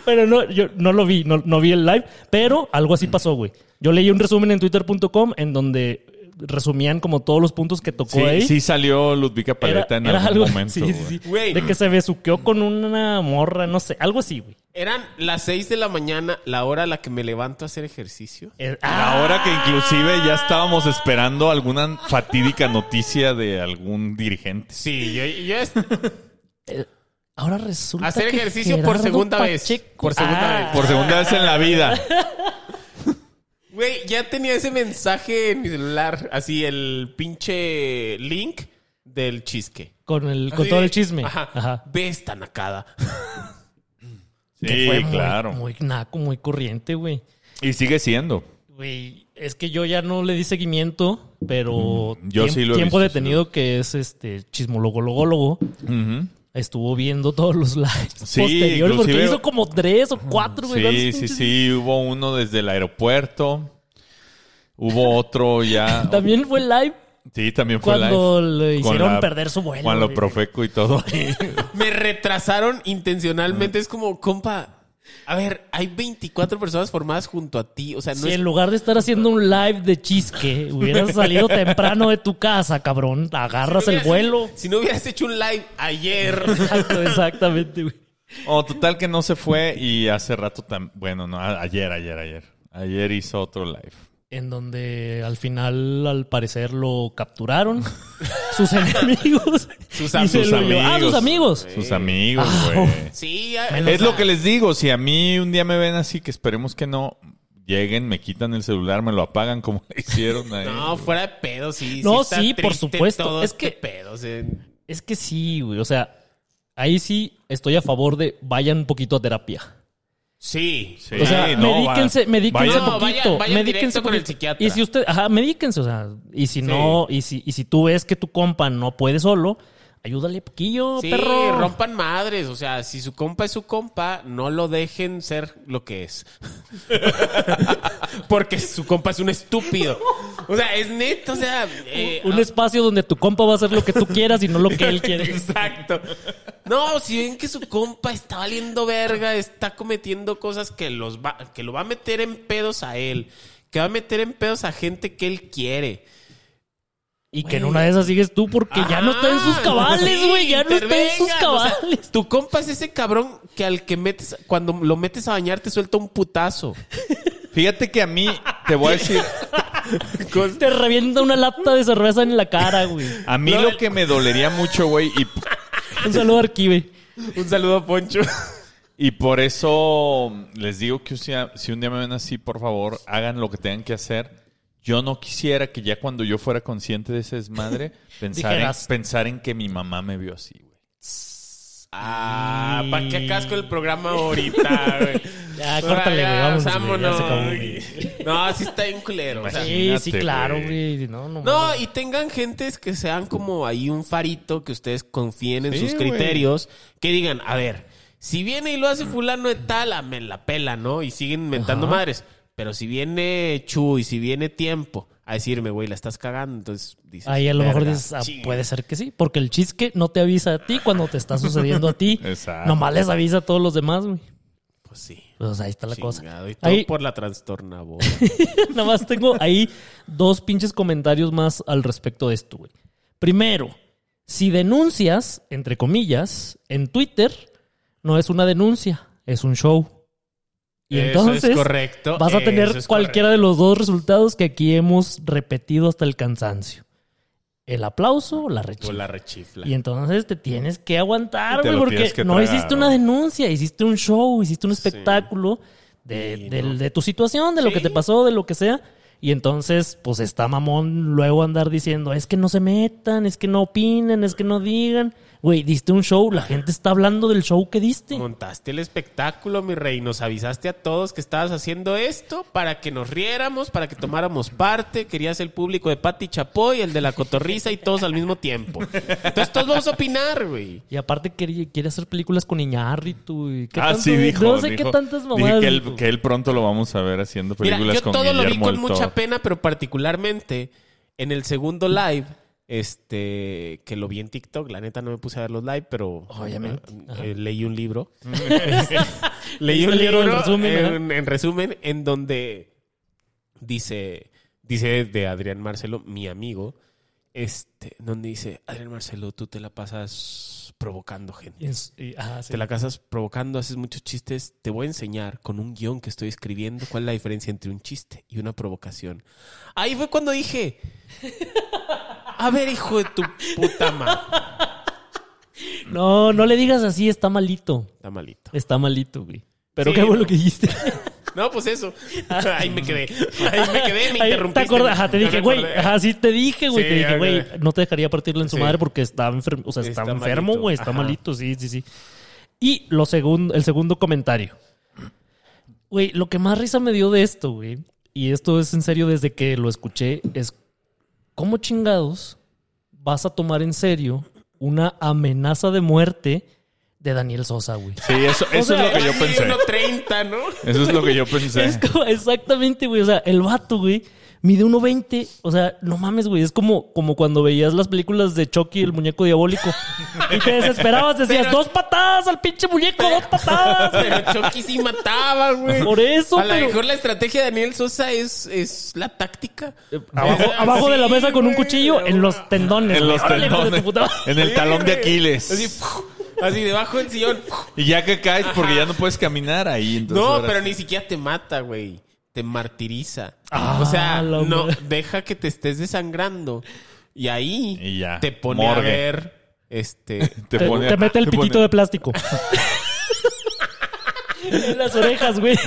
Bueno, no, yo no lo vi, no, no vi el live, pero algo así pasó, güey. Yo leí un resumen en twitter.com en donde resumían como todos los puntos que tocó
Sí,
ahí.
sí salió Ludvika
Era-
Paleta en
era
algún
algo-
momento.
sí, sí,
güey.
sí.
Güey.
De que se besuqueó con una morra, no sé, algo así, güey.
Eran las 6 de la mañana, la hora a la que me levanto a hacer ejercicio.
Eh, ah,
La hora que inclusive ya estábamos esperando alguna fatídica noticia de algún dirigente.
Sí, yo, yo es-
Ah, ahora resulta
Hacer
que
ejercicio por
Gerardo
segunda vez.
Pacheco-
Por segunda
Ah.
vez.
Por segunda vez en la vida.
Güey, ya tenía ese mensaje en mi celular, así el pinche link del chisque.
Con, el, con
Así
todo
de-
el chisme.
Ah, Ajá.
Ajá.
Ve esta nacada.
que
Sí,
fue muy-
claro.
Muy, naco, muy corriente, güey.
Y sigue siendo.
Güey, es que yo ya no le di seguimiento, pero
yo sí lo he
tiempo
visto,
detenido que es este chismologologólogo
Ujú.
estuvo viendo todos los lives
Sí,
posteriores porque
inclusive-
hizo como tres o cuatro, güey.
Sí,
¿cuántos
sí,
pinches?
sí. Hubo uno desde el aeropuerto. Hubo otro ya.
También fue live
Sí, también fue
Cuando
live.
le
Con
hicieron
la-
perder su vuelo.
Cuando
güey.
profeco y todo.
Me retrasaron intencionalmente. Es como, compa, a ver, hay 24 personas formadas junto a ti. O sea, no
Si
es...
en lugar de estar haciendo un live de chisque, hubieras salido temprano de tu casa, cabrón. Agarras el
hubieras-
vuelo.
Si no hubieras hecho un live ayer.
Exacto, exactamente, güey.
O Oh, total que no se fue y hace rato tam- Bueno, no, a- ayer, ayer, ayer. Ayer hizo otro live.
En donde al final, al parecer, lo capturaron sus enemigos.
Sus
y se
sus
lo llevó- Ah, sus amigos.
Sus amigos,
Ah,
güey.
Sí, a- o
Es
sea,
lo que les digo. Si a mí un día me ven así, que esperemos que no lleguen, me quitan el celular, me lo apagan como le hicieron ahí.
No, fuera de pedo, sí.
No,
está
sí, por
triste
supuesto.
todo
Es
este
que-
pedo, o sea,
Es que sí, güey. O sea, ahí sí estoy a favor de vayan un poquito a terapia.
Sí.
Sí,
O sea,
no, va-
medíquense, medíquense
vayan-
No,
poquito.
vayan- vayan
medíquense
directo con el
poquito.
psiquiatra.
Y si usted, ajá, medíquense, o sea, y si no, y si, y si tú ves que tu compa no puede solo, ayúdale poquillo,
Sí,
perro.
rompan madres. O sea, si su compa es su compa, no lo dejen ser lo que es. Porque su compa es un estúpido. O sea, es neto. O sea, eh, ah,
Un espacio donde tu compa va a hacer lo que tú quieras y no lo que él quiere.
Exacto. No, si ven que su compa está valiendo verga, está cometiendo cosas que, los va, que lo va a meter en pedos a él, que va a meter en pedos a gente que él quiere.
Y que en una de esas sigues tú porque ya no está en sus
Ah,
cabales,
sí,
güey. ya no está en sus
intervengan, o sea,
cabales.
tu compa es ese cabrón que al que metes, cuando lo metes a bañar te suelta un putazo.
Fíjate que a mí, te voy a decir,
Te revienta una lata de cerveza en la cara, güey.
a mí
No,
lo
el-
que me dolería mucho, güey, y
Un saludo a Arquive.
Un saludo a Poncho.
Y por eso les digo que si, si un día me ven así, por favor, hagan lo que tengan que hacer. Yo no quisiera que ya cuando yo fuera consciente de ese desmadre, pensar, en,
Dijeras.
pensar en que mi mamá me vio así, güey.
Ah, ¿para qué casco el programa ahorita, güey?
Ya, Ah, córtale, güey, vámonos, güey, ya se acabó, güey.
No, sí está bien culero. o sea.
Sí, sí,
Imagínate,
claro,
güey.
güey. No, no,
No,
mames.
y tengan gentes que sean como ahí un farito, que ustedes confíen en
Sí,
sus
güey.
criterios, que digan, a ver, si viene y lo hace fulano de tal, ah, me la pela, ¿no? Y siguen mentando madres. Pero si viene Chu y si viene tiempo a decirme, güey, la estás cagando, entonces dices...
Ahí a lo mejor
"Verga,
dices, ah,
chinga".
puede ser que sí, porque el chisque no te avisa a ti cuando te está sucediendo a ti.
Exacto.
Nomás les avisa a todos los demás, güey.
Pues sí.
Pues ahí está la
chingado,
cosa.
Y todo
Ahí,
por la trastornabola.
nomás tengo ahí dos pinches comentarios más al respecto de esto, güey. Primero, si denuncias, entre comillas, en Twitter, no es una denuncia, es un show. Y
Eso
entonces
es correcto.
vas a tener
eso es
cualquiera de los dos resultados que aquí hemos repetido hasta el cansancio. El aplauso o la
correcto. O
rechifla.
la rechifla.
Y entonces te tienes que aguantar,
Y te
güey,
lo
porque
tienes que
no
tragar,
hiciste
¿no?
una denuncia, hiciste un show, hiciste un espectáculo de,
Sí,
del-
¿no?
de tu situación, de lo que
Sí.
te pasó, de lo que sea. Y entonces, pues está mamón luego andar diciendo, es que no se metan, es que no opinen, es que no digan. Güey, diste un show, la gente está hablando del show que diste.
Montaste el espectáculo, mi rey. Nos avisaste a todos que estabas haciendo esto para que nos riéramos, para que tomáramos parte. Querías el público de Pati Chapoy, el de la cotorriza y todos al mismo tiempo. Entonces todos vamos a opinar, güey.
Y aparte quería- quiere hacer películas con Iñárritu y qué
Ah,
tanto-
sí, dijo.
No sé
dijo.
qué tantas
Dije
mamadas.
que él,
dijo.
que él pronto lo vamos a ver haciendo
Mira,
películas
yo
con
todo lo vi
Guillermo
con
del
mucha
Toro.
pena, pero particularmente en el segundo live, este, que lo vi en TikTok. La neta no me puse a ver los live, pero
Obviamente.
eh,
Ajá.
eh, leí un libro. leí
Este
un libro en
resumen, ajá.
resumen, en, resumen, en donde dice, dice de Adrián Marcelo, mi amigo, este, donde dice, Adrián Marcelo, tú te la pasas provocando gente.
Y en su- y- ajá, sí.
Te la casas provocando, haces muchos chistes. Te voy a enseñar con un guión que estoy escribiendo cuál es la diferencia entre un chiste y una provocación. Ahí fue cuando dije, a ver, hijo de tu puta madre.
No, no le digas así, está malito.
Está malito.
Está malito, güey. Pero
Sí,
qué bueno
no.
que dijiste.
No, pues eso. Ahí me quedé. Ahí me quedé, me
Ahí
interrumpiste.
Te, acorda- ajá, te
No
dije,
me
güey.
acordé.
Ajá, sí te dije, güey.
Sí,
te dije,
ya,
güey,
ya.
no te dejaría partirle en su
Sí.
madre porque está enfermo. O sea, está,
Está
enfermo,
malito.
güey. Está
Ajá.
malito, sí, sí, sí. Y lo segundo, el segundo comentario. Güey, lo que más risa me dio de esto, güey. Y esto es en serio desde que lo escuché. Es cómo chingados vas a tomar en serio una amenaza de muerte de Daniel Sosa, güey.
Sí, eso, eso
sea,
es lo que
Ay,
yo pensé.
1.30, ¿no?
Eso es lo que yo pensé.
Es como- exactamente, güey. O sea, el vato, güey, Mide 1.20. O sea, no mames, güey. Es como, como cuando veías las películas de Chucky, el muñeco diabólico. Y te desesperabas, decías,
Pero-
dos patadas al pinche muñeco, dos patadas.
Pero Chucky sí mataba, güey.
Por eso,
A lo
pero-
mejor la estrategia de Daniel Sosa es, es la táctica.
Abajo, abajo de la
Sí,
mesa con un
güey.
cuchillo, en los tendones.
En
güey.
los
Órale, hijo de tu
tendones.
puta-
En el talón de Aquiles.
Así, así debajo del sillón.
Y ya que caes porque ya no puedes caminar ahí. entonces
No,
ahora
pero
sí.
ni siquiera te mata, güey. Te martiriza.
Ah,
o sea,
la
no,
madre.
deja que te estés desangrando. Y ahí
Y ya,
te pone a
morgue.
ver. Este.
Te,
pone-
te mete el
te
pitito
pone-
de plástico. en las orejas, güey.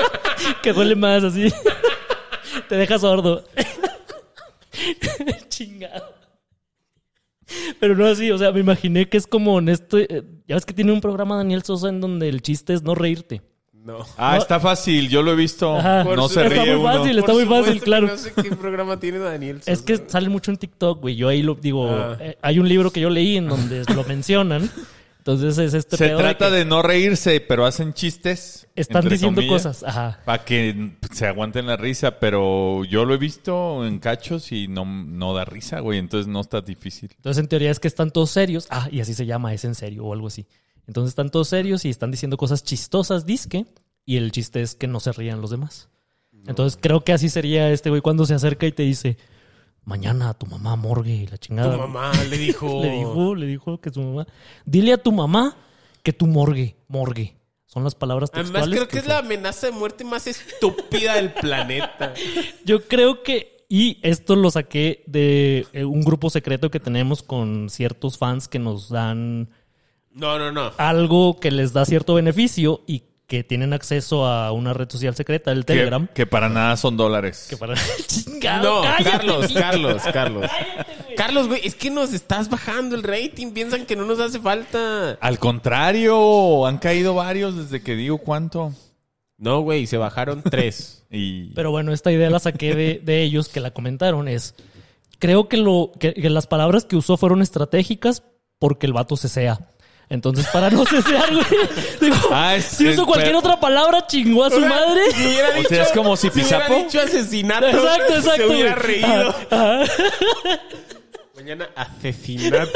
que duele más así. te deja sordo. Chingado. Pero no así, o sea, me imaginé que es como en este. eh, Ya ves que tiene un programa Daniel Sosa en donde el chiste es no reírte.
No.
Ah, está fácil, yo lo he visto.
Ajá.
No
Por
se
su- Está
ríe
muy
uno.
fácil. está muy
Por
fácil,
supuesto que
claro.
No sé qué programa tiene Daniel. Sosa.
Es que sale mucho en TikTok, güey. Yo ahí lo digo.
Ah.
eh, hay un libro que yo leí en donde lo mencionan. Entonces es este
Se
pedo de
trata
que
de no reírse, pero hacen chistes.
Están diciendo cosas. Ajá.
Para que se aguanten la risa, pero yo lo he visto en cachos y no, no da risa, güey. Entonces no está difícil.
Entonces, en teoría es que están todos serios. Ah, y así se llama, es en serio o algo así. Entonces, están todos serios y están diciendo cosas chistosas, disque. Y el chiste es que no se rían los demás. Entonces, creo que así sería este güey cuando se acerca y te dice: Mañana a tu mamá a morgue y la
Tu
chingada.
mamá le dijo.
Le dijo, le dijo que su mamá. Dile a tu mamá que tu morgue, morgue. Son las palabras textuales.
Además, creo que es la amenaza de muerte más estúpida del planeta.
Yo creo que. Y esto lo saqué de eh, un grupo secreto que tenemos con ciertos fans que nos dan
No, no, no.
algo que les da cierto beneficio y que tienen acceso a una red social secreta, el
Que,
Telegram.
que para nada son dólares.
Que para... Chingado,
No,
cállate,
Carlos,
güey.
Carlos, Carlos. Carlos, güey, es que nos estás bajando el rating. Piensan que no nos hace falta.
Al contrario, han caído varios desde que digo cuánto.
No, güey, se bajaron tres.
Y
Pero bueno, esta idea la saqué de, de ellos que la comentaron. Es, creo que, lo, que, que las palabras que usó fueron estratégicas porque el vato se sea. Entonces, para no cesear, güey, digo,
Ah, es-
si
es-
uso cualquier
pero-
otra palabra, chingó a su madre.
Si hubiera
O sea, es como si
hubiera
Pisapo-
dicho asesinato.
Exacto,
Se
exacto,
hubiera
güey. Ah.
reído.
Ajá, ajá.
Mañana asesinato.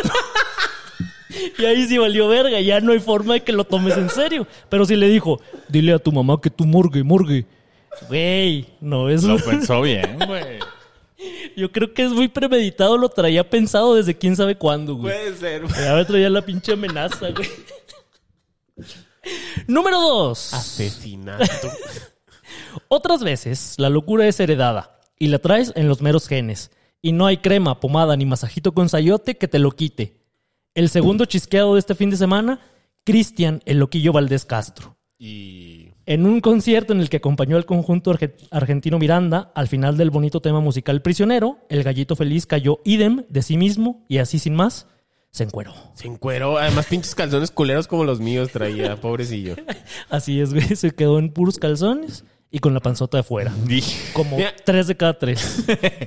Y ahí sí valió verga, ya no hay forma de que lo tomes en serio. Pero si le dijo, dile a tu mamá que tú morgue, morgue. Güey, no pues. es...
lo pensó bien, güey.
Yo creo que es muy premeditado, lo traía pensado desde quién sabe cuándo, güey.
Puede ser. güey.
Ya me traía la pinche amenaza, güey. Número dos.
Asesinato.
Otras veces, la locura es heredada y la traes en los meros genes. Y no hay crema, pomada ni masajito con sayote que te lo quite. El segundo chisqueado de este fin de semana, Cristian el Loquillo Valdés Castro.
Y.
En un concierto en el que acompañó al conjunto arge- argentino Miranda, al final del bonito tema musical Prisionero, el gallito feliz cayó idem de sí mismo y así sin más, se encueró.
Se encueró. Además, pinches calzones culeros como los míos traía, pobrecillo.
Así es, güey, se quedó en puros calzones y con la panzota de afuera.
Dije,
Como
Mira.
tres de cada tres.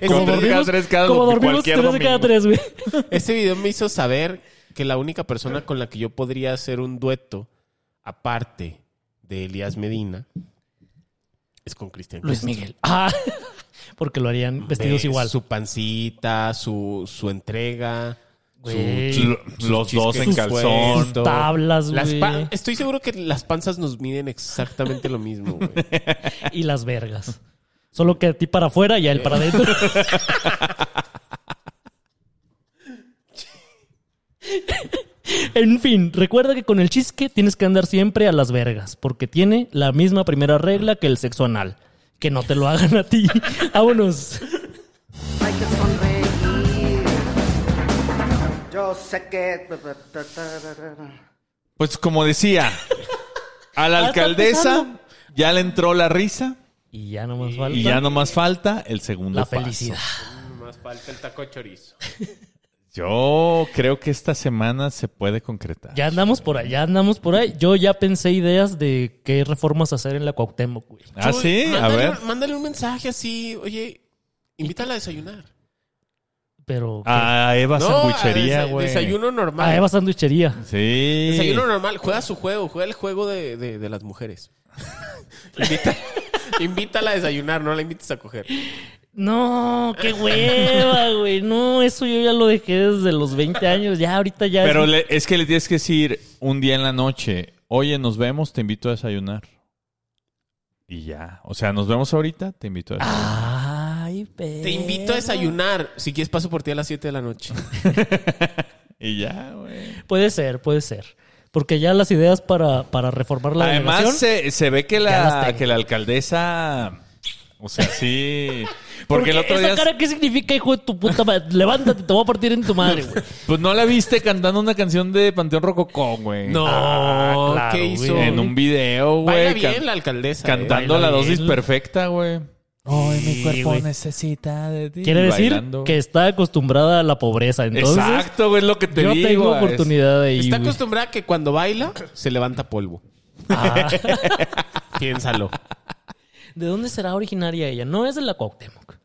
Como
tres de cada tres cada
como
domingo,
dormimos
cualquier
tres de cada
domingo.
tres, güey.
Este video me hizo saber que la única persona con la que yo podría hacer un dueto, aparte de Elías Medina, es con Cristian
Luis
Castro.
Miguel. Ah, porque lo harían vestidos
Ve
igual.
Su pancita, su, su entrega.
Güey.
chi-
Lo- los
chisque
dos en
sus
calzón.
puestos.
Sus tablas,
Las
güey.
pa- Estoy seguro que las panzas nos miden exactamente lo mismo, güey.
Y las vergas. Solo que a ti para afuera y a él para adentro. En fin, recuerda que con el chisque tienes que andar siempre a las vergas, porque tiene la misma primera regla que el sexo anal. Que no te lo hagan a ti. Vámonos.
Hay que sonreír. Yo sé que.
Pues como decía, a la
Ah, está
alcaldesa
empezando.
ya le entró la risa
Y ya no más falta
y ya nomás falta el segundo
la
paso.
felicidad.
Más falta el taco chorizo.
Yo creo que esta semana se puede concretar.
Ya andamos por ahí, ya andamos por ahí. Yo ya pensé ideas de qué reformas hacer en la Cuauhtémoc, güey.
Ah, sí, a
mándale,
ver.
Mándale un mensaje así, oye, invítala a desayunar.
Pero
A Ah, Eva
a
Sandwichería,
desa-
güey.
Desayuno normal.
a Eva Sandwichería.
Sí.
Desayuno normal, juega su juego, juega el juego de, de- de las mujeres. Invita- invítala a desayunar, no la invites a coger.
No, qué hueva, güey. No, eso yo ya lo dejé desde los 20 años. Ya, ahorita ya.
Pero
es-
le- es que le tienes que decir un día en la noche, oye, nos vemos, te invito a desayunar. Y ya. O sea, nos vemos ahorita, te invito a desayunar.
Ay, pero.
Te invito a desayunar. Si quieres, paso por ti a las 7 de la noche.
Y ya, güey.
Puede ser, puede ser. Porque ya las ideas para, para reformar la
Además, eh,
delegación-
se, se ve que
Ya las
la,
tengo.
que la alcaldesa... O sea, sí. Porque, el otro
esa
día...
cara qué significa, hijo de tu puta madre? Levántate, te voy a partir en tu madre, güey.
Pues no la viste cantando una canción de Panteón Rococó, güey.
No,
Ah, claro,
¿qué
güey.
hizo?
En un video, güey.
Baila bien
can-
la alcaldesa. eh.
Cantando
Baila
la dosis
bien.
perfecta, güey.
Ay, mi cuerpo
necesita de ti.
Quiere decir que está acostumbrada a la pobreza, entonces.
Exacto, güey, es lo que te
yo
digo.
tengo
es-
oportunidad de ahí.
Está
güey.
acostumbrada a que cuando baila se levanta polvo.
Ah.
Piénsalo.
¿De dónde será originaria ella? No es de la Cuauhtémoc.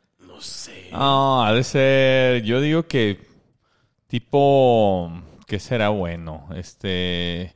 No, ha de ser. Yo digo que. Tipo. ¿Qué será bueno? Este.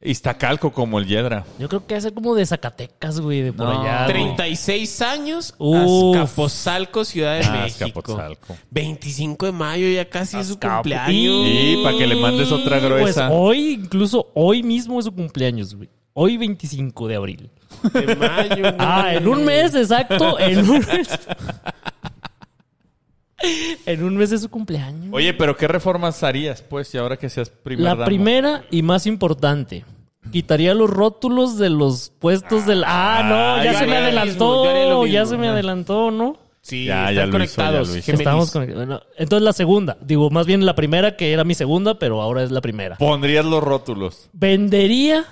Iztacalco como el Yedra.
Yo creo que debe ser como de Zacatecas, güey, de por
No,
allá. güey.
36 años,
Uf. Ah,
Azcapotzalco, Ciudad de México.
Azcapotzalco.
25 de mayo, ya casi es su
Azcapo-
cumpleaños.
Y para que le mandes otra
Pues
gruesa.
hoy, incluso hoy mismo es su cumpleaños, güey. Hoy 25 de abril.
De mayo. güey.
Ah, en un mes, exacto. En un mes. en un mes es su cumpleaños.
Oye, pero ¿qué reformas harías, pues, y ahora que seas primer
la
dama?
primera y más importante. Quitaría los rótulos de los puestos del... Ah, no, ya
yo
se me
haría lo
mismo, yo haría lo
adelantó. Ya
mismo,
se me
¿no?
adelantó, ¿no?
Sí,
Ya,
están
ya lo hizo,
conectados.
ya lo hizo.
gemelis.
Estábamos conectados. Bueno, entonces la segunda. Digo, más bien la primera, que era mi segunda, pero ahora es la primera.
Pondrías los rótulos.
vendería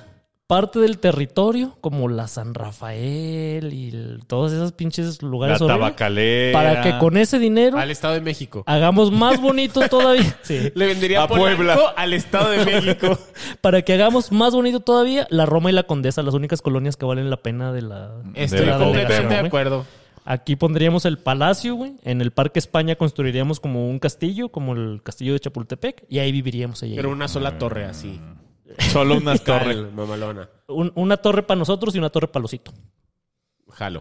parte del territorio, como la San Rafael y el- todos esos pinches
La
lugares horribles,
tabacalera.
para que con ese dinero
Al Estado de México.
hagamos más bonito todavía. Sí.
Le vendería
A
a Puebla
Puebla.
al Estado de México.
Para que hagamos más bonito todavía la Roma y la Condesa, las únicas colonias que valen la pena de la.
Estoy
la
delegación,
completamente de
güey.
acuerdo.
Aquí pondríamos el palacio, güey. En el Parque España construiríamos como un castillo, como el castillo de Chapultepec, y ahí viviríamos allá.
Pero una sola torre así.
Solo unas torres.
Torre. Mamalona.
Un- una torre para nosotros y una torre para Losito.
Jalo.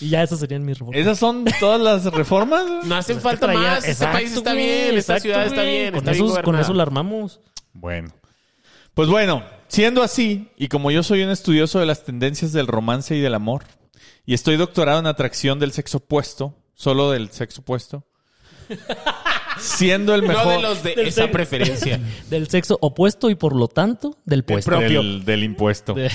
Y ya esas serían mis reformas.
¿Esas son todas las reformas?
No
Pues,
hacen falta más. Este
Exacto,
país está
güey,
bien. Esta
exacto,
ciudad está
güey.
bien.
Con,
está bien
esos- con
gobernada.
eso la armamos.
Bueno. Pues bueno, siendo así, y como yo soy un estudioso de las tendencias del romance y del amor, y estoy doctorado en atracción del sexo opuesto, solo del sexo opuesto, siendo el
No
mejor
de los de
Del
esa
sexo.
preferencia.
Del sexo opuesto y por lo tanto del puesto.
propio.
Del, del impuesto,
De-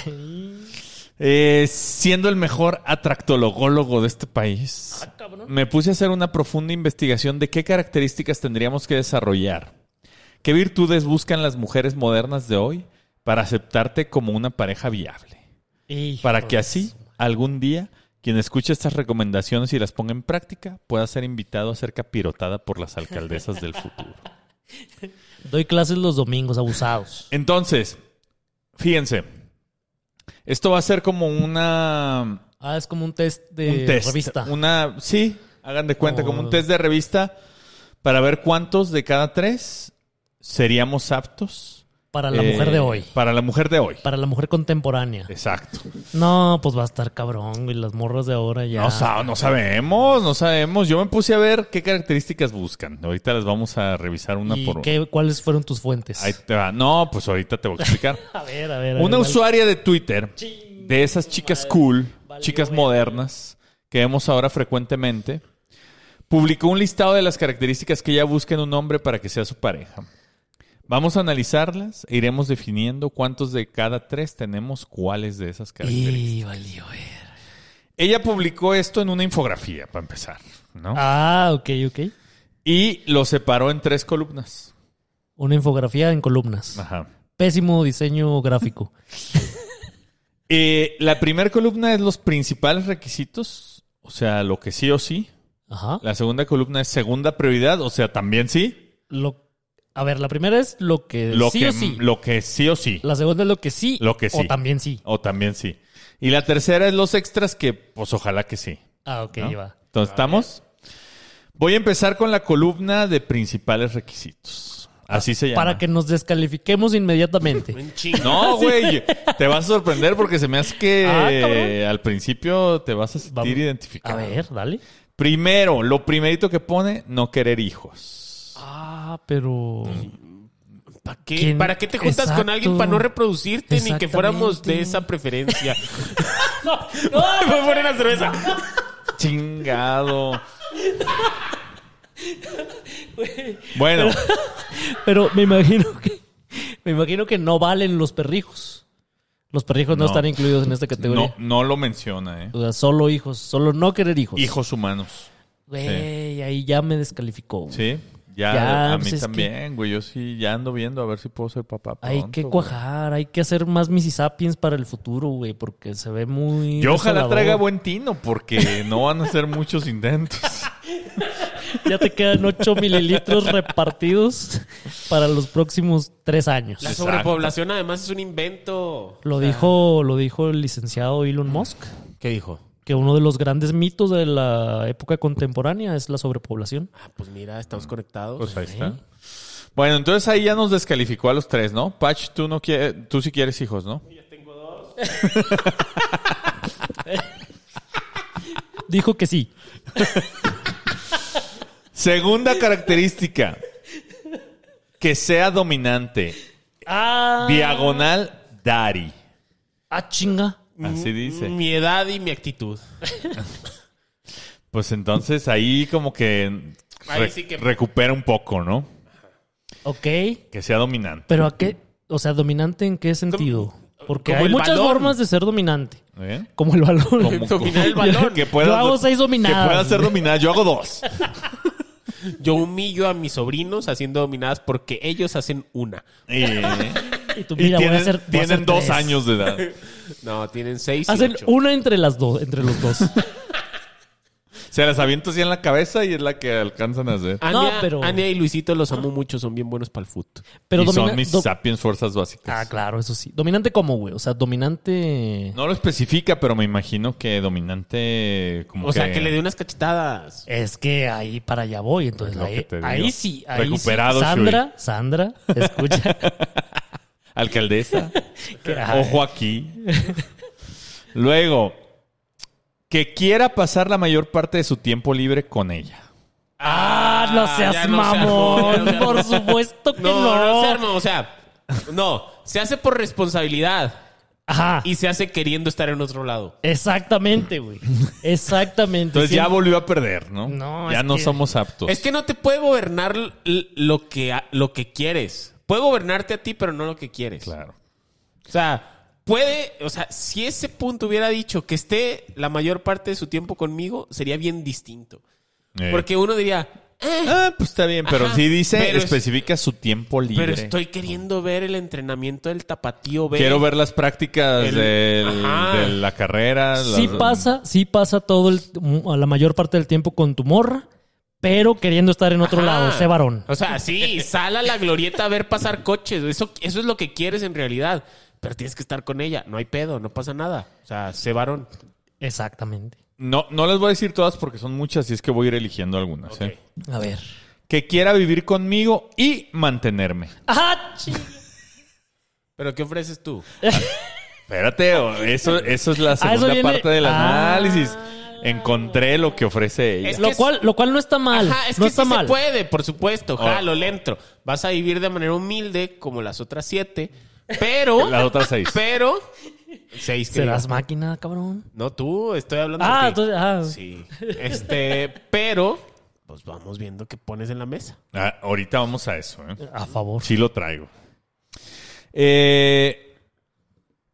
Eh, siendo el mejor atractologólogo de este país, me puse a hacer una profunda investigación de qué características tendríamos que desarrollar, qué virtudes buscan las mujeres modernas de hoy para aceptarte como una pareja viable.
Hijo
para que
de
así
su-
algún día quien escuche estas recomendaciones y las ponga en práctica pueda ser invitado a ser capirotada por las alcaldesas del futuro.
Doy clases los domingos, abusados.
Entonces, fíjense, esto va a ser como una
Ah, es como un test de
un test,
revista.
una sí, hagan de cuenta como un
Oh.
test de revista para ver cuántos de cada tres seríamos aptos
Para la
eh,
mujer de hoy.
Para la mujer de hoy.
Para la mujer contemporánea.
Exacto.
No, pues va a estar cabrón, güey. Las morras de ahora ya.
No, sa- no sabemos, no sabemos. Yo me puse a ver qué características buscan. Ahorita las vamos a revisar una
¿Y
por una.
qué- ¿Cuáles fueron tus fuentes?
Ahí te va. No, pues ahorita te voy a explicar.
A ver, a ver. a ver,
una
vale.
usuaria de Twitter,
Ching,
de esas chicas
madre.
cool,
Valió
chicas
verga.
modernas, que vemos ahora frecuentemente, publicó un listado de las características que ella busca en un hombre para que sea su pareja. Vamos a analizarlas e iremos definiendo cuántos de cada tres tenemos cuáles de esas características.
Y valió, güey.
Ella publicó esto en una infografía, para empezar, ¿no?
Ah, ok, ok.
Y lo separó en tres columnas.
Una infografía en columnas.
Ajá.
Pésimo diseño gráfico.
Eh, la primera columna es los principales requisitos, o sea, lo que sí o sí.
Ajá.
La segunda columna es segunda prioridad, o sea, también sí.
Lo, a ver, la primera es lo que
Lo,
sí
que,
o sí.
lo que sí o sí.
La segunda es lo que sí.
Lo que
O
sí.
también sí.
O también sí. Y la tercera es los extras que, pues ojalá que sí.
Ah, ok,
¿no?
va.
Entonces, ¿estamos? Voy a empezar con la columna de principales requisitos. Así se llama.
para que nos descalifiquemos inmediatamente.
Un chingo.
No, güey. Te vas a sorprender porque se me hace que
Ah, cabrón.
al principio te vas a sentir
Vamos.
identificado.
A ver, dale.
Primero, lo primerito que pone, no querer hijos.
Ah, pero.
¿Para qué?
¿Quién?
¿Para qué te juntas con
Exacto.
alguien para no reproducirte ni que
Exactamente.
fuéramos de esa preferencia? no, no, me voy a poner una cerveza.
Chingado. bueno,
Pero me imagino que. Me imagino que no valen los perrijos. Los perrijos no,
No.
están incluidos en esta
no,
categoría.
no lo menciona, ¿eh?
O sea, solo hijos. Solo no querer hijos.
Hijos humanos.
Güey, ahí ya me descalificó.
Sí. Ya,
Ya,
a mí
pues es que-
también, güey. Yo sí ya ando viendo a ver si puedo ser papá.
Hay
pronto,
que
güey.
cuajar, hay que hacer más Mississippiens para el futuro, güey, porque se ve muy.
Yo ojalá
desolador.
traiga buen tino porque no van a ser muchos intentos.
Ya te quedan 8 mililitros repartidos para los próximos 3 años.
La sobrepoblación además es un invento.
Lo dijo, lo dijo el licenciado Elon Musk,
¿Qué dijo?
que uno de los grandes mitos de la época contemporánea es la sobrepoblación.
Ah, pues mira, estamos conectados.
Pues ahí está. Bueno, entonces ahí ya nos descalificó a los tres, ¿no? Patch, tú no quieres, tú sí quieres hijos, ¿no?
Dijo que sí.
Segunda característica. Que sea dominante.
Ah,
Diagonal Dari.
ah chinga.
Así dice.
Mi edad y mi actitud.
Pues entonces ahí como que,
Ahí
re-
sí que-
recupera un poco, ¿no?
Ok,
Que sea dominante.
pero a qué, o sea, dominante en qué sentido? Porque
Como
hay
el
muchas
balón.
formas de ser dominante,
¿Eh?
como el valor.
Como-
Dominar el balón.
Que pueda,
Yo hago seis dominadas.
Que pueda ser dominada. Yo hago dos.
Yo humillo a mis sobrinos haciendo dominadas porque ellos hacen una.
Y,
Y tú,
y
mira, voy a
tienen,
hacer- voy a
tienen
hacer
dos
tres.
años de edad.
No, tienen seis y
Hacen
ocho.
una entre las dos, entre los dos.
Se las aviento así en la cabeza y es la que alcanzan a
Ah,
hacer.
Ania,
No, pero-
Ania y Luisito los amo mucho, son bien buenos para el fútbol.
Pero
y
domina-
son mis
do-
sapiens fuerzas básicas.
Ah, claro, eso sí. Dominante como, güey. O sea, dominante.
No lo especifica, pero me imagino que dominante como
O sea, que le dé unas cachetadas.
Es que ahí para allá voy. Entonces,
Lo que
ahí,
te digo.
ahí sí. Ahí sí.
Recuperado,
Sandra, Sandra, escucha.
alcaldesa.
que-
ah.
ay,
Ojo aquí. Luego, que quiera pasar la mayor parte de su tiempo libre con ella.
ah, no
ya
seas
no se armó,
mamón.
ya no se armó.
Por supuesto que
No,
no.
no, se arma, o sea, no, se hace por responsabilidad
Ajá.
y se hace queriendo estar en otro lado.
Exactamente, güey. Exactamente.
Entonces ya
Siempre-
volvió a perder, ¿no?
No,
ya
es
no
que-
somos aptos.
Es que no te puede gobernar l- lo que, a- lo que quieres. Puede gobernarte a ti, pero no lo que quieres.
Claro.
O sea, puede, o sea, si ese punto hubiera dicho que esté la mayor parte de su tiempo conmigo, sería bien distinto.
Eh.
Porque uno diría, "Eh,
Ah, pues está bien, pero
Ajá,
sí dice,
pero es-
especifica su tiempo libre.
pero estoy queriendo ver el entrenamiento del tapatío.
Quiero ver las prácticas
El-
del-
Ajá.
de la carrera.
Sí
las-
pasa, sí pasa todo el, a la mayor parte del tiempo con tu morra, pero queriendo estar en otro
Ajá.
lado, sé varón.
Ah. O sea, sí, sal a la glorieta a ver pasar coches. Eso, eso es lo que quieres en realidad. Pero tienes que estar con ella. No hay pedo, no pasa nada. O sea, sé varón.
Exactamente.
No, no las voy a decir todas porque son muchas y es que voy a ir eligiendo algunas. ¿eh?
A ver.
Que quiera vivir conmigo y mantenerme.
¡Ah, chi-
¿Pero qué ofreces tú?
Espérate, o- eso, eso es la
Ah, eso
segunda
viene-
parte del
Ah.
análisis. Encontré lo que ofrece ella.
Es que
Lo cual, lo cual no está mal.
Ajá, es
no
que
está
sí
mal.
se puede, por
Oh.
supuesto. Jalo, le entro. Vas a vivir de manera humilde como las otras siete. Pero...
Las otras seis.
Pero... Seis, que
Serás
digo.
máquina, cabrón.
No tú, estoy hablando
Ah,
de ti.
entonces, ah.
Sí. Este, pero... Pues vamos viendo qué pones en la mesa.
Ah, ahorita vamos a eso. ¿eh?
A favor.
Sí lo traigo. Eh,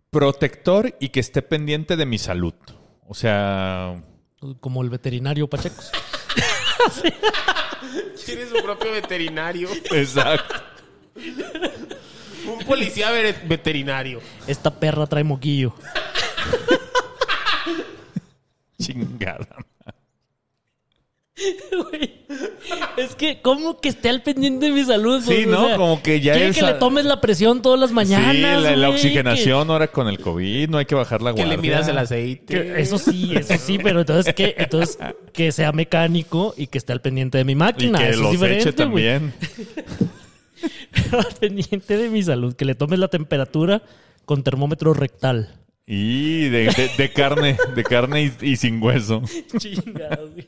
protector y que esté pendiente de mi salud. O sea,
Como el veterinario Pachecos.
Tiene su propio veterinario.
exacto.
Un policía ver- veterinario.
Esta perra trae moquillo.
Chingada.
Es que, ¿cómo que esté al pendiente de mi salud?
Sí,
güey?
¿no? Como que ya
quiere
es
que
a-
le tomes la presión todas las mañanas.
sí, la, la
güey,
oxigenación ahora con el COVID, no hay que bajar la
Que
guardia.
le midas el aceite.
que- que- eso sí, eso sí, pero entonces que, entonces que sea mecánico y que esté al pendiente de mi
Y
máquina.
que
eso es
los
diferente,
eche
güey.
también.
estar pendiente de mi salud, que le tomes la temperatura con termómetro rectal.
Y de, de- de carne, de carne y, y sin hueso.
Chingado, güey.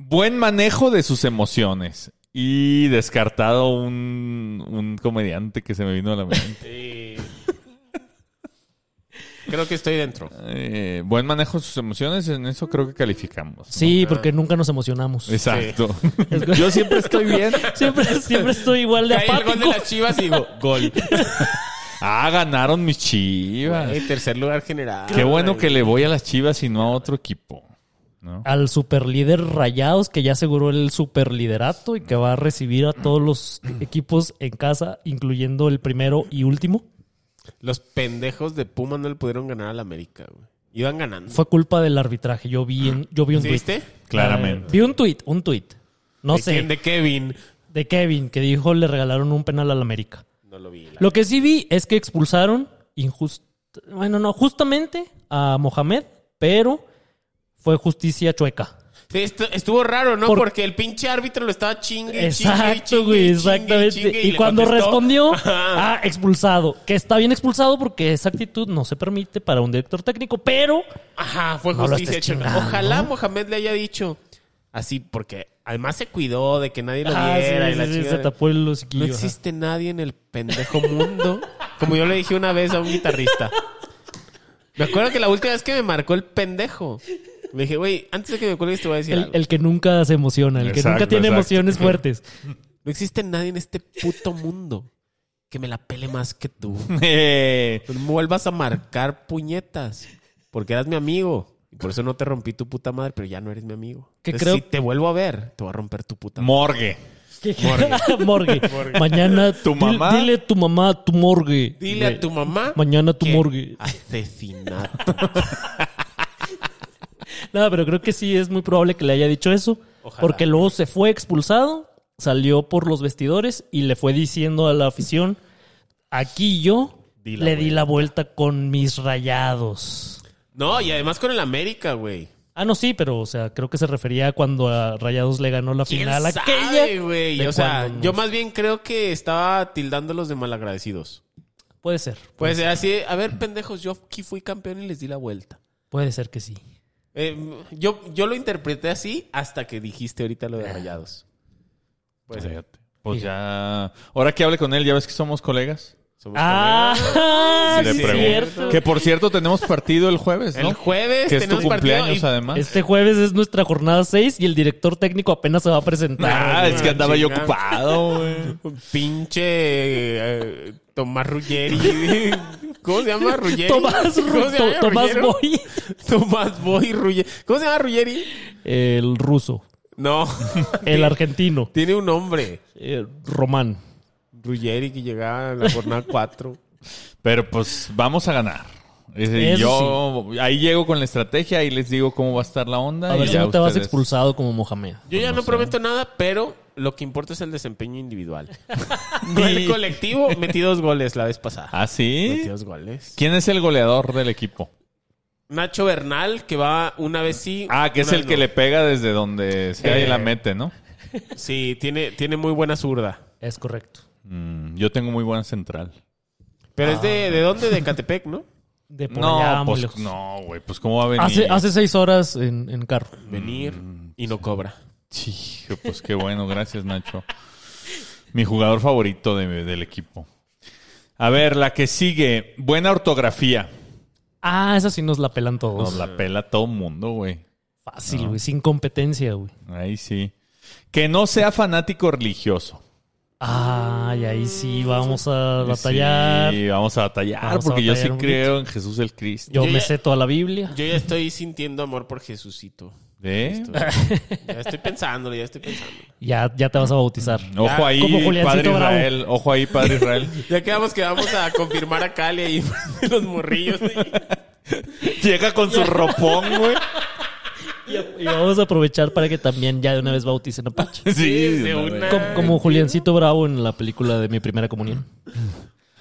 Buen manejo de sus emociones. Y descartado un, un comediante que se me vino a la mente.
Sí. Creo que estoy dentro.
Eh, buen manejo de sus emociones, en eso creo que calificamos. ¿no?
Sí, porque nunca nos emocionamos.
Exacto. Yo siempre estoy bien.
Siempre, siempre estoy igual de
Cae el gol de
apático.
las chivas y digo, gol.
Ah, ganaron mis chivas.
En eh, tercer lugar general.
Qué bueno que le voy a las chivas y no a otro equipo. ¿no?
Al superlíder Rayados, que ya aseguró el superliderato y que va a recibir a todos los equipos en casa, incluyendo el primero y último.
Los pendejos de Puma no le pudieron ganar al América, güey. Iban ganando.
Fue culpa del arbitraje. Yo vi, en- yo vi un
¿Sí
tuit.
¿Viste?
Claramente.
Vi un tuit, un tuit. No
¿De
sé.
quién? De Kevin.
de Kevin, que dijo le regalaron un penal al América.
No lo vi. la-
Lo que sí vi es que expulsaron injust... Bueno, no, justamente a Mohamed, pero fue justicia chueca.
Sí, estu- estuvo raro, ¿no?
Por-
Porque el pinche árbitro lo estaba chingue, chingue,
Exacto,
chingue,
güey,
chingue,
exactamente.
chingue,
y
le
cuando
contestó.
respondió,
Ajá.
ah, expulsado. Que está bien expulsado porque esa actitud no se permite para un director técnico, pero
Ajá, fue
No lo
justicia.
estés
hecha.
chingando.
Ojalá Mohamed le haya dicho así, porque además se cuidó de que nadie lo
Ah, sí,
viera. y
sí,
la
sí,
chingada.
se tapó el
No
hociquillo. ajá.
existe nadie en el pendejo mundo. Como yo le dije una vez a un guitarrista. Me acuerdo que la última vez que me marcó el pendejo. Le dije, güey, antes de que me cuelgues te voy a decir
El,
algo.
el que nunca se emociona, el que
Exacto,
nunca tiene
exacto.
emociones fuertes.
No existe nadie en este puto mundo que me la pele más que tú.
Eh,
No me vuelvas a marcar puñetas. Porque eras mi amigo. Y por eso no te rompí tu puta madre, pero ya no eres mi amigo.
Que
Entonces,
creo-
Si te vuelvo a ver, te voy a romper tu puta madre.
morgue.
Ah, Morgue. Mañana
Tu
dil-
mamá.
Dile, a tu mamá a tu morgue.
Dile a tu mamá.
Mañana tu
que
morgue.
Asesinato.
No, pero creo que sí es muy probable que le haya dicho eso.
Ojalá.
Porque luego se fue expulsado, salió por los vestidores y le fue diciendo a la afición: aquí yo
Di
le
la
di la vuelta con mis rayados.
No, y además con el América, güey.
Ah, no, sí, pero o sea, creo que se refería a cuando a Rayados le ganó la
¿Quién
final
sabe,
aquella.
güey?
de
O sea,
cuando
yo
nos-
más bien creo que estaba tildándolos de malagradecidos.
Puede ser,
Puede ser así, a ver, pendejos, yo aquí fui campeón y les di la vuelta.
puede ser que sí.
Eh, yo, yo lo interpreté así hasta que dijiste ahorita
Ah.
lo de rayados. Puede ser.
Fíjate. Pues ya. Ahora que hable con él, ya ves que somos colegas.
Somos
Ah,
Le
sí,
pregunto.
cierto.
Que por cierto, tenemos partido el jueves,
El
¿no?
jueves
que es tu
tenemos partido
cumpleaños,
y-
además.
Este jueves es nuestra jornada 6 y el director técnico apenas se va a presentar.
Ah, es que andaba yo
Chinga.
ocupado, güey.
Pinche eh, Tomás Ruggeri. ¿Cómo se llama Ruggeri?
Tomás,
¿Cómo
Ru-
se llama
To- Tomás
Ruggero?
Boy.
Tomás Boy Ruggeri. ¿Cómo se llama Ruggeri?
El ruso.
No.
El argentino.
Tiene un nombre.
el Román.
Ruggeri que llegaba a la jornada 4.
Pero pues vamos a ganar. Es decir,
Eso
yo ahí llego con la estrategia y les digo cómo va a estar la onda.
A
y
ver si
ya
no te vas
ustedes-
expulsado como Mohamed.
Yo ya Pues no prometo nada, pero lo que importa es el desempeño individual. No el colectivo metí dos goles la vez pasada.
¿Ah,
Metí
Pues,
sí?
dos goles.
¿Quién es el goleador del equipo?
Nacho Bernal, que va una vez sí.
Ah, que es
una
el
vez
que
no.
le pega desde donde sea y
Eh.
la mete, ¿no?
Sí, tiene, tiene muy buena zurda.
Es correcto.
Mm, yo tengo muy buena central.
Pero es de, ¿de dónde? De Catepec, ¿no?
De por allá,
No,
muy
pues
lejos.
no, güey. Pues cómo va a venir.
Hace, hace seis horas en, en carro.
Venir y no cobra.
Sí, pues qué bueno, gracias Nacho. Mi jugador favorito de- del equipo. A ver, la que sigue, buena ortografía.
Ah, esa sí nos la pelan todos.
Nos la pela todo mundo, güey.
Fácil, güey. Sin competencia, güey.
Ahí sí. Que no sea fanático religioso.
Ay, ahí sí vamos a batallar.
Sí, vamos a batallar,
Vamos a
porque yo
batallar
sí
un
creo en Jesús el Cristo.
Yo
Yo
me
ya-
sé toda la Biblia.
Yo ya estoy sintiendo amor por Jesucito.
¿Eh?
Ya estoy pensándolo, ya estoy pensando.
Ya, ya te vas a bautizar.
Ojo ahí,
como Juliancito
Padre
Bravo.
Israel. Ojo ahí, Padre Israel.
Ya quedamos que vamos a confirmar a Cali ahí los morrillos.
Llega con su ropón, güey.
Y, y vamos a aprovechar para que también ya de una vez bauticen a Pacha.
Sí,
de
una
una.
vez.
Como, como Juliancito Bravo en la película de mi primera comunión.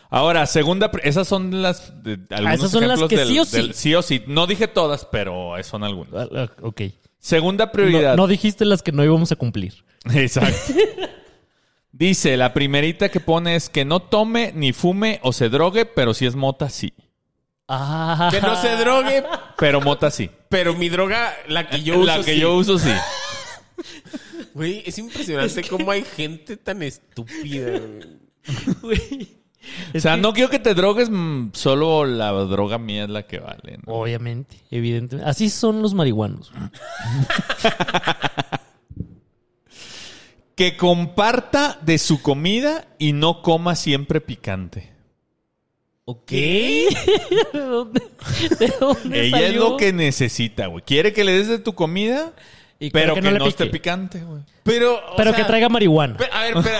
Ahora, segunda, pre- esas son las de, algunos
Ah, esas son las
ejemplos
que
del-
sí o sí.
del sí o sí. No dije todas, pero son algunas.
Ah, ah, Ok.
Segunda
No,
prioridad.
no dijiste las que no íbamos a cumplir.
Exacto. Dice, la primerita que pone es que no tome, ni fume o se drogue, pero si es mota, sí.
Ah,
Que no se drogue,
Pero mota, sí.
pero mi droga, la que yo uso.
la que
sí.
yo uso, sí.
Güey, es impresionante cómo hay gente tan estúpida. güey.
güey.
O
Es
sea,
que-
no quiero que te drogues, mm, solo la droga mía es la que vale. ¿no?
Obviamente, evidentemente. Así son los marihuanos.
Que comparta de su comida y no coma siempre picante.
Ok. ¿De dónde, de dónde
Ella es
salió?
lo que necesita, güey. Quiere que le des de tu comida,
Y
pero que, no,
le
esté
pique.
picante, güey.
Pero. o
Pero
sea,
que traiga marihuana.
pe- A ver, pero.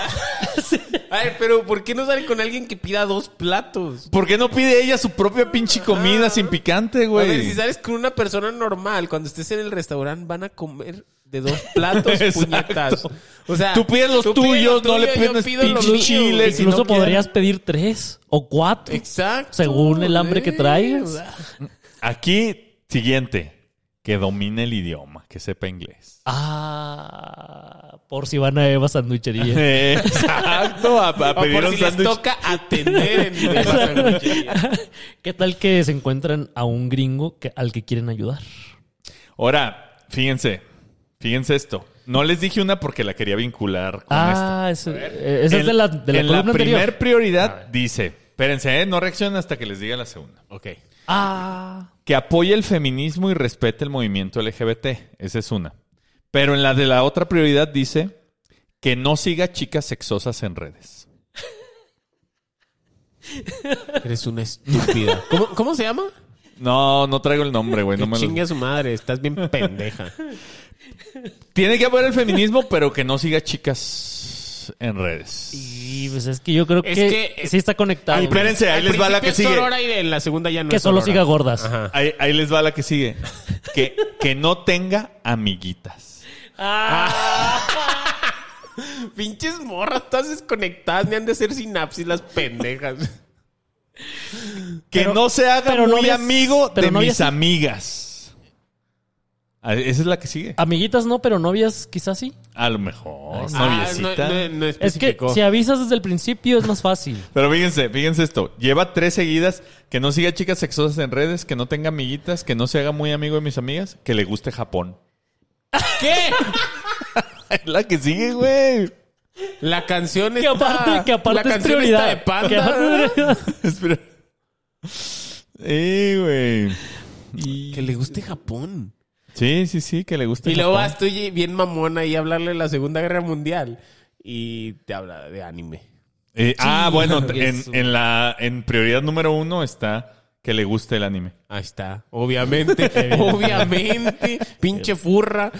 A ver, pero ¿por qué no sale con alguien que pida dos platos?
¿Por qué no pide ella su propia pinche comida sin picante,
A ver,
güey?
si sales con una persona normal, cuando estés en el restaurante van a comer de dos platos
Exacto.
puñetas. O sea,
Tú pides los
pides
tuyos,
lo
no le
tuyo, yo
pides
pido lo
pinches
mío.
chiles. si
Incluso
no quiere-
podrías pedir tres o cuatro.
Exacto.
Según el hambre que
Sí,
traigas.
o sea,
Aquí, siguiente. Que domine el idioma, que sepa inglés.
Ah, por si van a Eva Sandwichería.
Exacto, a, a
o
pedir
por
un
si les
sándwich.
toca atender en la sandwichería.
¿Qué tal que se encuentran a un gringo que- al que quieren ayudar?
Ahora, fíjense, fíjense esto. No les dije una porque la quería vincular con esta.
Ah, ese- eh, esa es
En-
de la, de la
en la
columna
primer
anterior.
prioridad dice, espérense, eh, no reaccionen hasta que les diga la segunda.
Ok.
Ah,
Que apoye el feminismo y respete el movimiento LGBT. Esa es una. Pero en la de la otra prioridad dice que no siga chicas sexosas en redes.
Eres una estúpida. ¿Cómo, cómo se llama?
No, no traigo el nombre, güey.
Que
No me lo-
chingue a su madre, estás bien pendeja.
Tiene que apoyar el feminismo, pero que no siga chicas en redes.
y pues es que yo creo que,
Es que, eh,
sí está conectado.
Ay, espérense, ahí
Al
les va la que
principio es
sigue.
Sorora y en la segunda ya no
que
es
solo
Sorora.
siga gordas.
Ajá.
Ahí, ahí les va la que sigue. Que, que no tenga amiguitas.
Ah. Pinches morras, estás desconectadas, me han de hacer sinapsis las pendejas.
Que
Pero-
no se haga
pero
muy
no había-
amigo
pero
de
no había
mis
sido-
amigas. Ah, Esa es la que sigue.
Amiguitas no, pero novias quizás sí.
A lo mejor.
Ah, no,
noviecita.
no, no
Es que
especificó.
si avisas desde el principio es más fácil.
Pero fíjense, fíjense esto. Lleva tres seguidas que no siga chicas sexosas en redes, que no tenga amiguitas, que no se haga muy amigo de mis amigas, que le guste Japón.
¿Qué?
Es la que sigue, güey.
La canción
Que
está...
aparte, que aparte
la
es
canción
prioridad.
está de panda.
Que aparte es prioridad.
Espera. Sí, güey.
Que le guste Japón.
Sí, sí, sí, que le guste
Y luego
Japón.
vas tú y- bien mamona y a hablarle de la Segunda Guerra Mundial. Y te habla de anime.
Eh, ah, bueno, en,
Jesús.
en la, en prioridad número uno está que le guste el anime.
Ahí está. Obviamente. obviamente. Pinche furra.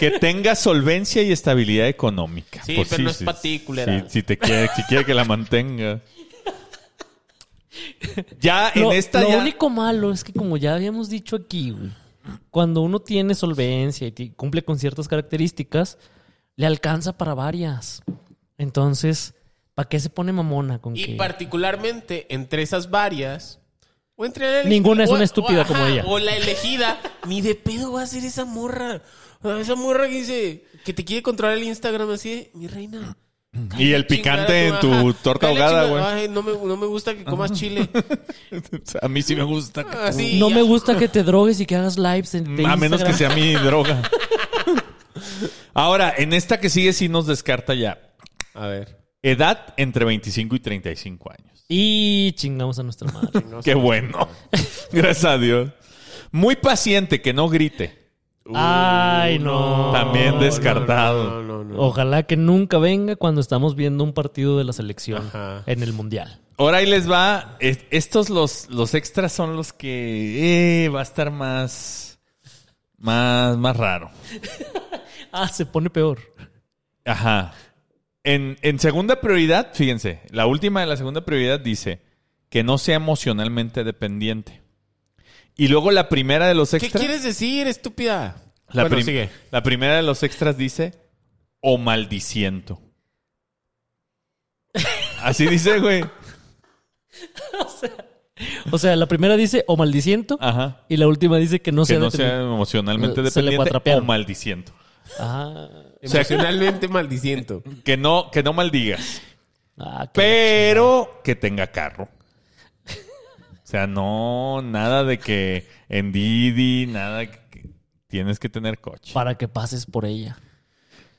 Que tenga solvencia y estabilidad económica.
Sí,
Pues
pero no es particular.
Sí, si te quiere, si quiere que la mantenga. Ya
Lo,
en esta
lo
ya-
único malo es que como ya habíamos dicho aquí, güey, cuando uno tiene solvencia y ti- cumple con ciertas características, le alcanza para varias. Entonces, ¿para qué se pone mamona con
Y
que
particularmente entre esas varias. O entre la
Ninguna es
o-
una estúpida
o-
como ella.
O la elegida. Ni de pedo va a ser esa morra. O sea, Esa morra que dice que te quiere controlar el Instagram así de, mi reina.
y el picante en tu torta ahogada, güey.
güey. No me, no me gusta que comas chile.
A mí sí me gusta. que-
Así.
no
ya.
me gusta que te drogues y que hagas lives en de
a menos que
Instagram"?
sea mi droga. Ahora, en esta que sigue sí nos descarta ya.
A ver.
Edad entre 25 y 35 años.
Y chingamos a nuestra madre.
no sé.
Qué bueno. Gracias a Dios. Muy paciente, que no grite.
Ay, no.
También
No,
No,
descartado.
no, no.
Ojalá que nunca venga cuando estamos viendo un partido de la selección
Ajá.
en el mundial.
Ahora ahí les va. Es- Estos los, los extras son los que eh, va a estar más, más, más raro.
Ah, se pone peor.
Ajá. En, en segunda prioridad, fíjense, la última de la segunda prioridad dice que no sea emocionalmente dependiente. Y luego la primera de los
¿Qué
extras.
quieres decir, estúpida?
La,
bueno,
prim-
sigue.
la primera de los extras dice o maldiciento. Así dice, güey.
O sea, la primera dice o maldiciento
Ajá.
y la última dice que no
que
sea
no
detenido.
sea emocionalmente
Se le
dependiente o
cuatrapearon.
maldiciento.
Ah,
sea,
Emocionalmente maldiciento.
Que no, que no maldigas,
Ah, qué-
pero que tenga carro. O sea, no, nada de que en Didi, nada que tienes que tener coche.
para que pases por ella.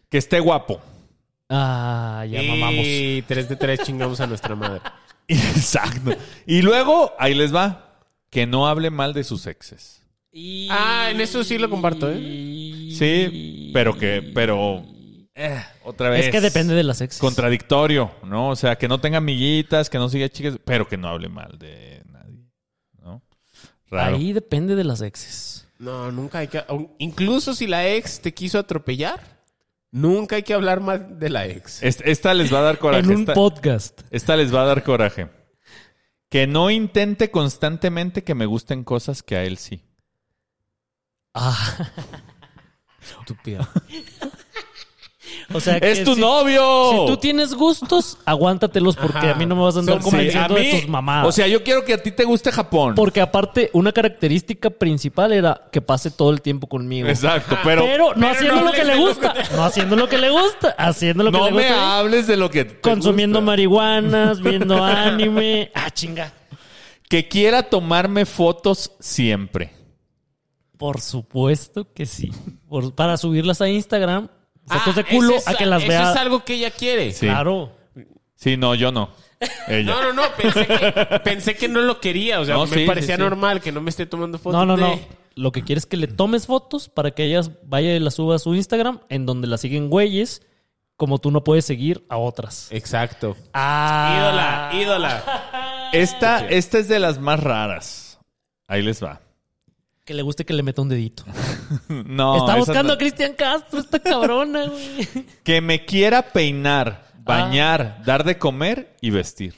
Que esté guapo.
Ah, ya mamamos.
Y tres de tres chingamos a nuestra madre.
Exacto. Y luego, ahí les va. Que no hable mal de sus exes.
Ah, en eso sí lo comparto, ¿eh?
Sí, pero que, pero. eh, otra vez.
Es que depende de las exes.
Contradictorio, ¿no? O sea, que no tenga amiguitas, que no siga chicas, pero que no hable mal de nadie, ¿no? Raro.
Ahí depende de las exes.
No, nunca hay que. aun- Incluso si la ex te quiso atropellar, nunca hay que hablar más de la
Eh,
ex.
Es- Esta les va a dar coraje.
en un
esta,
podcast.
esta les va a dar coraje. Que no intente constantemente que me gusten cosas que a él sí.
Ah,
Estúpida.
o sea que
¡Es tu
si-
novio!
Si tú tienes gustos, aguántatelos porque
Ajá.
a mí no me vas a andar
Son-
Sí,
convenciendo
a
de
mí-
tus mamadas.
O sea, yo quiero que a ti te guste Japón.
porque aparte, una característica principal era que pase todo el tiempo conmigo.
Exacto, pero,
Pero no
pero
haciendo
no
lo que
hables
le
de lo
gusta. No haciendo lo que le gusta. Haciendo lo que
no
le
me
gusta.
hables de lo que te
consumiendo
gusta.
marihuanas, viendo anime. Ah, chinga.
Que quiera tomarme fotos siempre.
Por supuesto que sí. Por- para subirlas a Instagram, fotos de
Ah,
culo,
eso es-
a que las
eso
vea.
es algo que ella quiere.
Sí.
Claro.
Sí, no, yo no. Ella.
No, no, no. Pensé que, pensé que no lo quería. O sea,
No,
me
sí,
parecía
sí, sí.
normal que no me esté tomando fotos.
No, no, no.
de-
Lo que quieres es que le tomes fotos para que ellas vaya y las suba a su Instagram, en donde la siguen güeyes, como tú no puedes seguir a otras.
Exacto.
Ah.
Ídola, ídola.
Esta, esta es de las más raras. Ahí les va.
Que le guste que le meta un dedito.
No,
Está
esa
buscando
no.
a Cristian Castro, esta cabrona, güey.
Que me quiera peinar,
Ah.
bañar, dar de comer y vestir.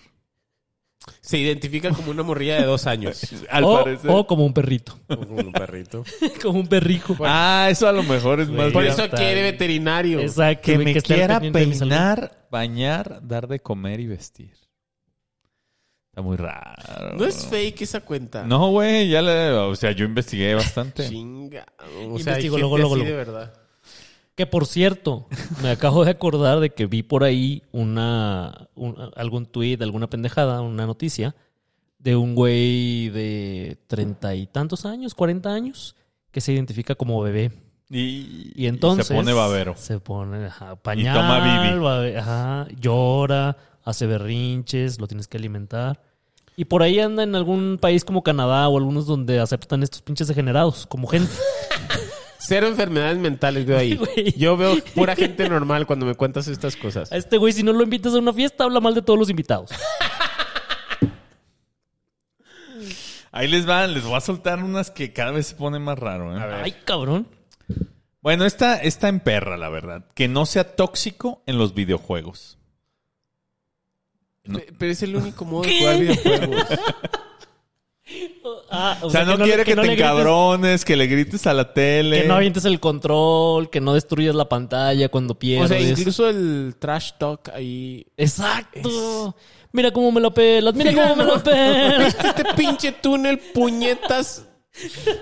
Se identifica como una morrilla de dos años.
Al
o,
parecer.
o como un perrito.
como un perrito.
como un perrijo.
Ah, eso a lo mejor es más.
Por
bien.
eso
está
quiere
bien.
veterinario.
Exacto.
que
güey,
me
esté al
quiera
pendiente de mi salud.
peinar, bañar, dar de comer y vestir. Está muy raro.
No es fake esa cuenta.
No, güey, ya le. O sea, yo investigué bastante.
Chinga. O
Investigo,
sea, hay gente
luego, luego,
así
luego.
de verdad.
Que por cierto, me acabo de acordar de que vi por ahí una, un- algún tuit, alguna pendejada, una noticia de un güey de treinta y tantos años, cuarenta años, que se identifica como bebé.
Y,
Y entonces...
se pone babero.
Se pone ajá, pañal,
toma bibi.
babe- ajá, llora, hace berrinches, lo tienes que alimentar. Y por ahí anda en algún país como Canadá o algunos donde aceptan estos pinches degenerados como gente.
Cero enfermedades mentales veo ahí.
Güey.
Yo veo pura gente normal cuando me cuentas estas cosas.
A este güey, si no lo invitas a una fiesta, habla mal de todos los invitados.
Ahí les van, les voy a soltar unas que cada vez se pone más raro. ¿eh?
Ay, cabrón.
Bueno, esta, esta en perra, la verdad. Que no sea tóxico en los videojuegos.
Pe- Pero es el único modo de jugar videojuegos.
Ah,
O sea, no, quiere que,
no
te
le grites-
encabrones, que le grites a la tele.
Que no avientes el control, que no destruyas la pantalla cuando
O
pierdes.
sea, incluso el trash talk ahí.
Exacto. Mira cómo me lo pelas, mira cómo me lo pelas.
Este pinche túnel, puñetas.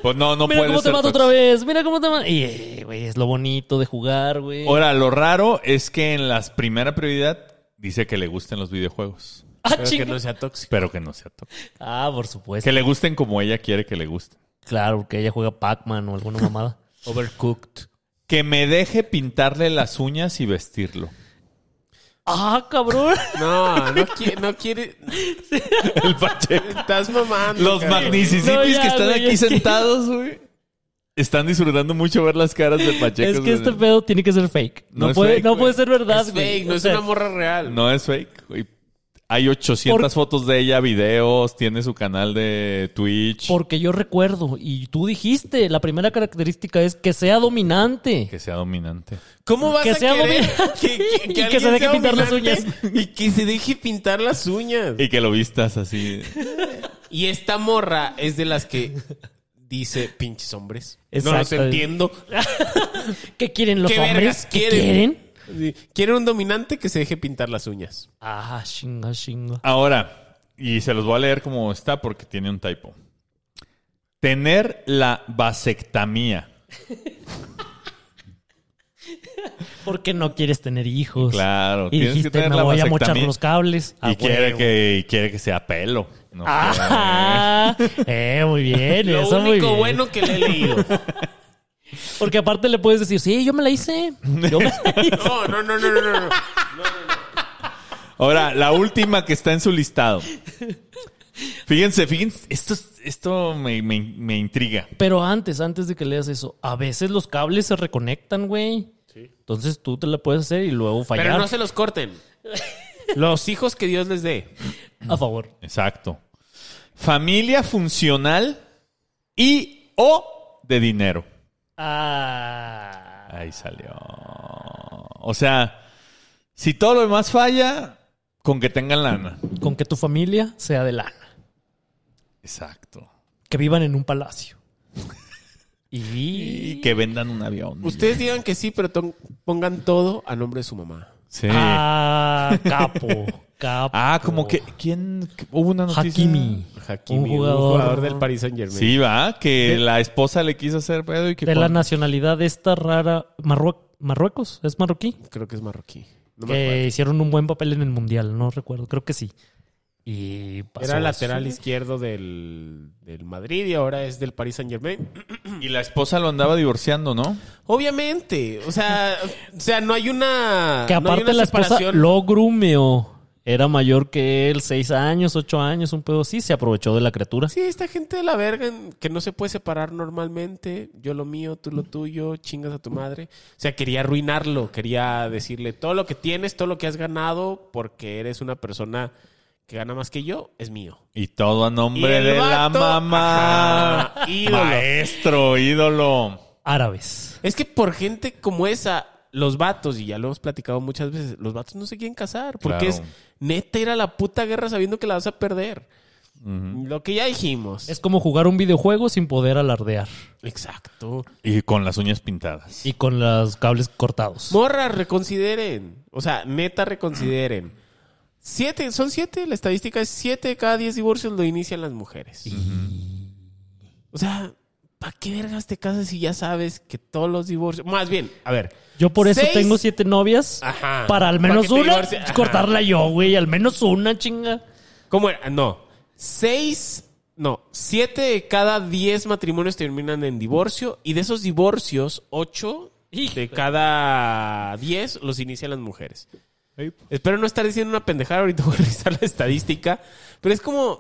Pues no, no
Mira
puede
cómo te
ser
mato
tóxico.
otra vez, mira cómo te mato. Y, eh, güey, es lo bonito de jugar, güey.
Ahora, lo raro es que en la primera prioridad dice que le gusten los videojuegos.
Ah,
Pero que
chinga.
no sea tóxico.
Pero que no sea tóxico.
Ah, por supuesto.
Que le gusten como ella quiere que le gusten.
Claro, que ella juega Pac-Man o alguna mamada.
Overcooked.
Que me deje pintarle las uñas y vestirlo.
ah, cabrón.
No, no, qui- no quiere.
El Pacheco.
Estás mamando.
Los
cabrón.
magnicisipis
No, ya,
que están
güey,
aquí
es que-
sentados, güey. Están disfrutando mucho ver las caras de Pacheco.
es que este
güey.
pedo tiene que ser fake.
eh, No
No,
es
puede,
fake,
no
güey.
puede ser verdad,
Es
güey.
fake,
O
no es
sea,
una morra real.
No es fake, güey. Hay 800
Por-
fotos de ella, videos, tiene su canal de Twitch.
Porque yo recuerdo, y tú dijiste, la primera característica es que sea dominante.
Que sea dominante.
¿Cómo vas
Que
a
sea
querer
dominante.
que, que-
Y
que
que
alguien
se deje
sea
pintar las
dominante
uñas?
Y que se deje pintar las uñas.
Y que lo vistas así.
Y esta morra es de las que dice pinches hombres. No los
Exacto.
entiendo.
¿Qué quieren los
¿Qué
hombres?
vergas
¿Qué
quieren?
quieren?
Sí. Quieren un dominante que se deje pintar las uñas.
Ah, chinga, chinga.
Ahora, y se los voy a leer como está porque tiene un typo. Tener la vasectomía.
Porque no quieres tener hijos.
Claro,
Y
tienes que
dijiste,
tener
me
la
voy a mochar
vasectomía".
los cables.
Y
Ah,
quiere
huevo.
que, y quiere que sea pelo. No
Ah, eh, muy bien.
Lo
eso muy
único
bien.
bueno que le he leído.
Porque aparte le puedes decir, sí, yo me la hice. Yo me la hice.
No, no, no, no, no, no.
Pues
quiere. Ahora, la última que está en su listado. Fíjense, fíjense, esto, es- esto me, me- me intriga.
Pero antes, antes de que leas eso, a veces los cables se reconectan, güey. Entonces tú te la puedes hacer y luego fallar.
Pero no se los corten. Los hijos que Dios les dé.
A favor.
Exacto. Familia funcional y o de dinero.
Ah.
Ahí salió. O sea, si todo lo demás falla, con que tengan lana.
Con que tu familia sea de lana.
Exacto.
Que vivan en un palacio. Y...
Y que vendan un
Mm.
avión.
Ustedes digan que sí, pero ton- pongan todo a nombre de su mamá.
Sí.
Ah, capo. Capo.
Ah, como que quién hubo una noticia.
Hakimi.
Hakimi,
Un jugador-
del Paris Saint Germain.
Sí, va, que la esposa le quiso hacer pedo y que
De la
por-
nacionalidad esta rara. Marrue- Marruecos. ¿Es marroquí?
Creo que es marroquí. No me
que
acuerdo.
hicieron un buen papel en el mundial. No recuerdo. Creo que sí. Y pasó
Era
eso.
lateral izquierdo del, del Madrid y ahora es del Paris Saint Germain.
y la esposa lo andaba divorciando, ¿no?
Obviamente, o sea, o sea, no hay una
Que
no hay
aparte
una
la esposa
separación.
lo grumeó. Era mayor que él, seis años, ocho años, un pedo así. Se aprovechó de la criatura.
Sí, esta gente de la verga en- que no se puede separar normalmente. Yo lo mío, tú lo tuyo, chingas a tu madre. O sea, quería arruinarlo, quería decirle todo lo que tienes, todo lo que has ganado, porque eres una persona que gana más que yo, es mío.
Y todo a
Y
nombre
el
de la
vato,
mamá.
ajá, ídolo.
Maestro, ídolo.
Árabes.
Es que por gente como esa, los vatos, y ya lo hemos platicado muchas veces, los vatos no se quieren casar porque es
Claro.
neta ir a la puta guerra sabiendo que la vas a perder. Lo que ya dijimos.
Es como jugar un videojuego sin poder alardear.
Exacto.
Y con las uñas pintadas.
Y con los cables cortados.
Morras, reconsideren. O sea, neta, reconsideren. Siete, son siete. La estadística es siete de cada diez divorcios lo inician las mujeres. O sea, ¿para qué vergas te casas si ya sabes que todos los divorcios. Más bien, a ver.
Yo por eso
seis-
tengo siete novias.
Ajá.
Para al menos
que te
una, pues,
divorcie- Ajá.
cortarla yo, güey. Al menos una, chinga.
¿Cómo era? No. Seis. No, siete de cada diez matrimonios terminan en divorcio y de esos divorcios, ocho
Híjole.
de cada diez los inician las mujeres. Espero no estar diciendo una pendejada, ahorita voy a revisar la estadística, pero es como,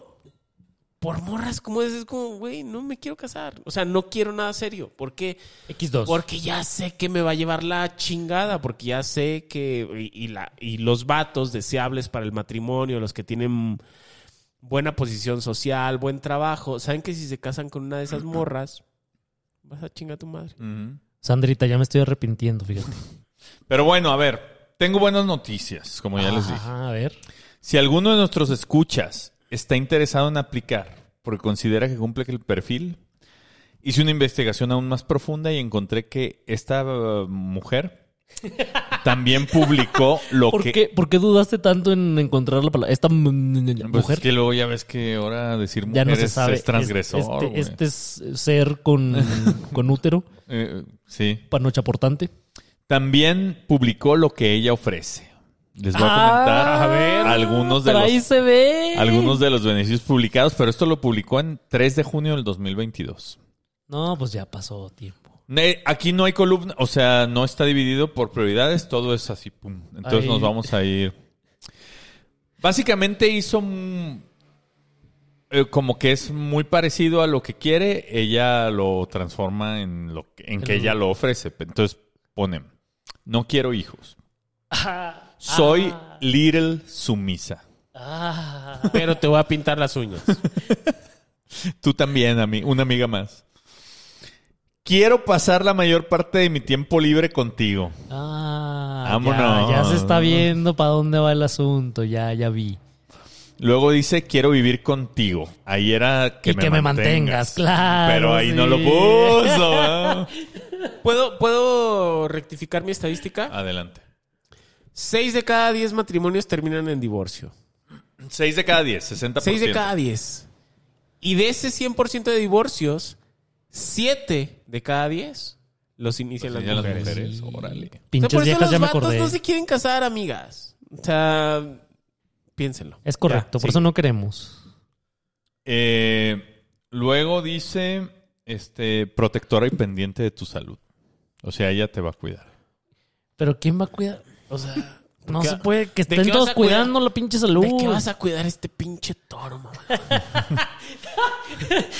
por morras, como es, es como, güey, no me quiero casar, o sea, no quiero nada serio, ¿por qué?
X2.
Porque ya sé que me va a llevar la chingada, porque ya sé que. Y, y la, y los vatos deseables para el matrimonio, los que tienen buena posición social, buen trabajo, saben que si se casan con una de esas morras, vas a chingar a tu madre.
Ujú.
Sandrita, ya me estoy arrepintiendo, fíjate.
Pero bueno, a ver, tengo buenas noticias, como ya les dije.
Ajá, a ver.
Si alguno de nuestros escuchas está interesado en aplicar porque considera que cumple el perfil, hice una investigación aún más profunda y encontré que esta eh, mujer también publicó lo
¿Por,
que...
qué, por qué dudaste tanto en encontrar la palabra? Esta m- m- m-
Pues
mujer
es que luego ya ves que ahora decir
ya
mujer
no se
es,
sabe.
es transgresor.
Este,
güey.
este es ser con, con útero,
Eh, sí.
panochaportante.
También publicó lo que ella ofrece. Les voy a
Ah,
comentar algunos de
pero
los
ahí se ve.
algunos de los beneficios publicados, pero esto lo publicó en 3 de junio del 2022.
No, pues ya pasó tiempo.
Ne- Aquí no hay columna, o sea, no está dividido por prioridades, todo es así, pum. Entonces
Ahí.
nos vamos a ir. Básicamente hizo mm, eh, como que es muy parecido a lo que quiere, ella lo transforma en lo que, en que
En-
ella lo ofrece. Entonces pone, no quiero hijos. Soy little sumisa.
Ah,
Pero te voy a pintar las uñas.
Tú también, ami- una amiga más. Quiero pasar la mayor parte de mi tiempo libre contigo.
ah,
Vámonos.
Ya, ya se está viendo para dónde va el asunto. Ya, ya vi.
Luego dice, quiero vivir contigo. Ahí era que,
y
me,
que me mantengas,
mantengas.
claro.
Pero ahí no lo
sí.
puso. ¿eh? ¿verdad?
¿Puedo, ¿Puedo rectificar mi estadística?
Adelante.
Seis de cada diez matrimonios terminan en divorcio.
6 de cada 10, 60%.
6 de cada 10. Y de ese 100% de divorcios, 7 de cada 10 los inician
Los
las
inician las
mujeres.
mujeres. Eres, órale.
O sea,
Pinches
por eso
viejas,
los
ya me
vatos
acordé.
no se quieren casar, amigas. O sea, piénsenlo.
Es correcto,
Ya,
por
sí.
eso no queremos.
Eh, luego dice, este, protectora y pendiente de tu salud. O sea, ella te va a cuidar.
Pero ¿quién va a cuidar? O sea, no
qué-
se puede que
de
estén
qué
todos
vas a cuidar?
cuidando la pinche salud.
¿De qué vas a cuidar este pinche toro, mamá?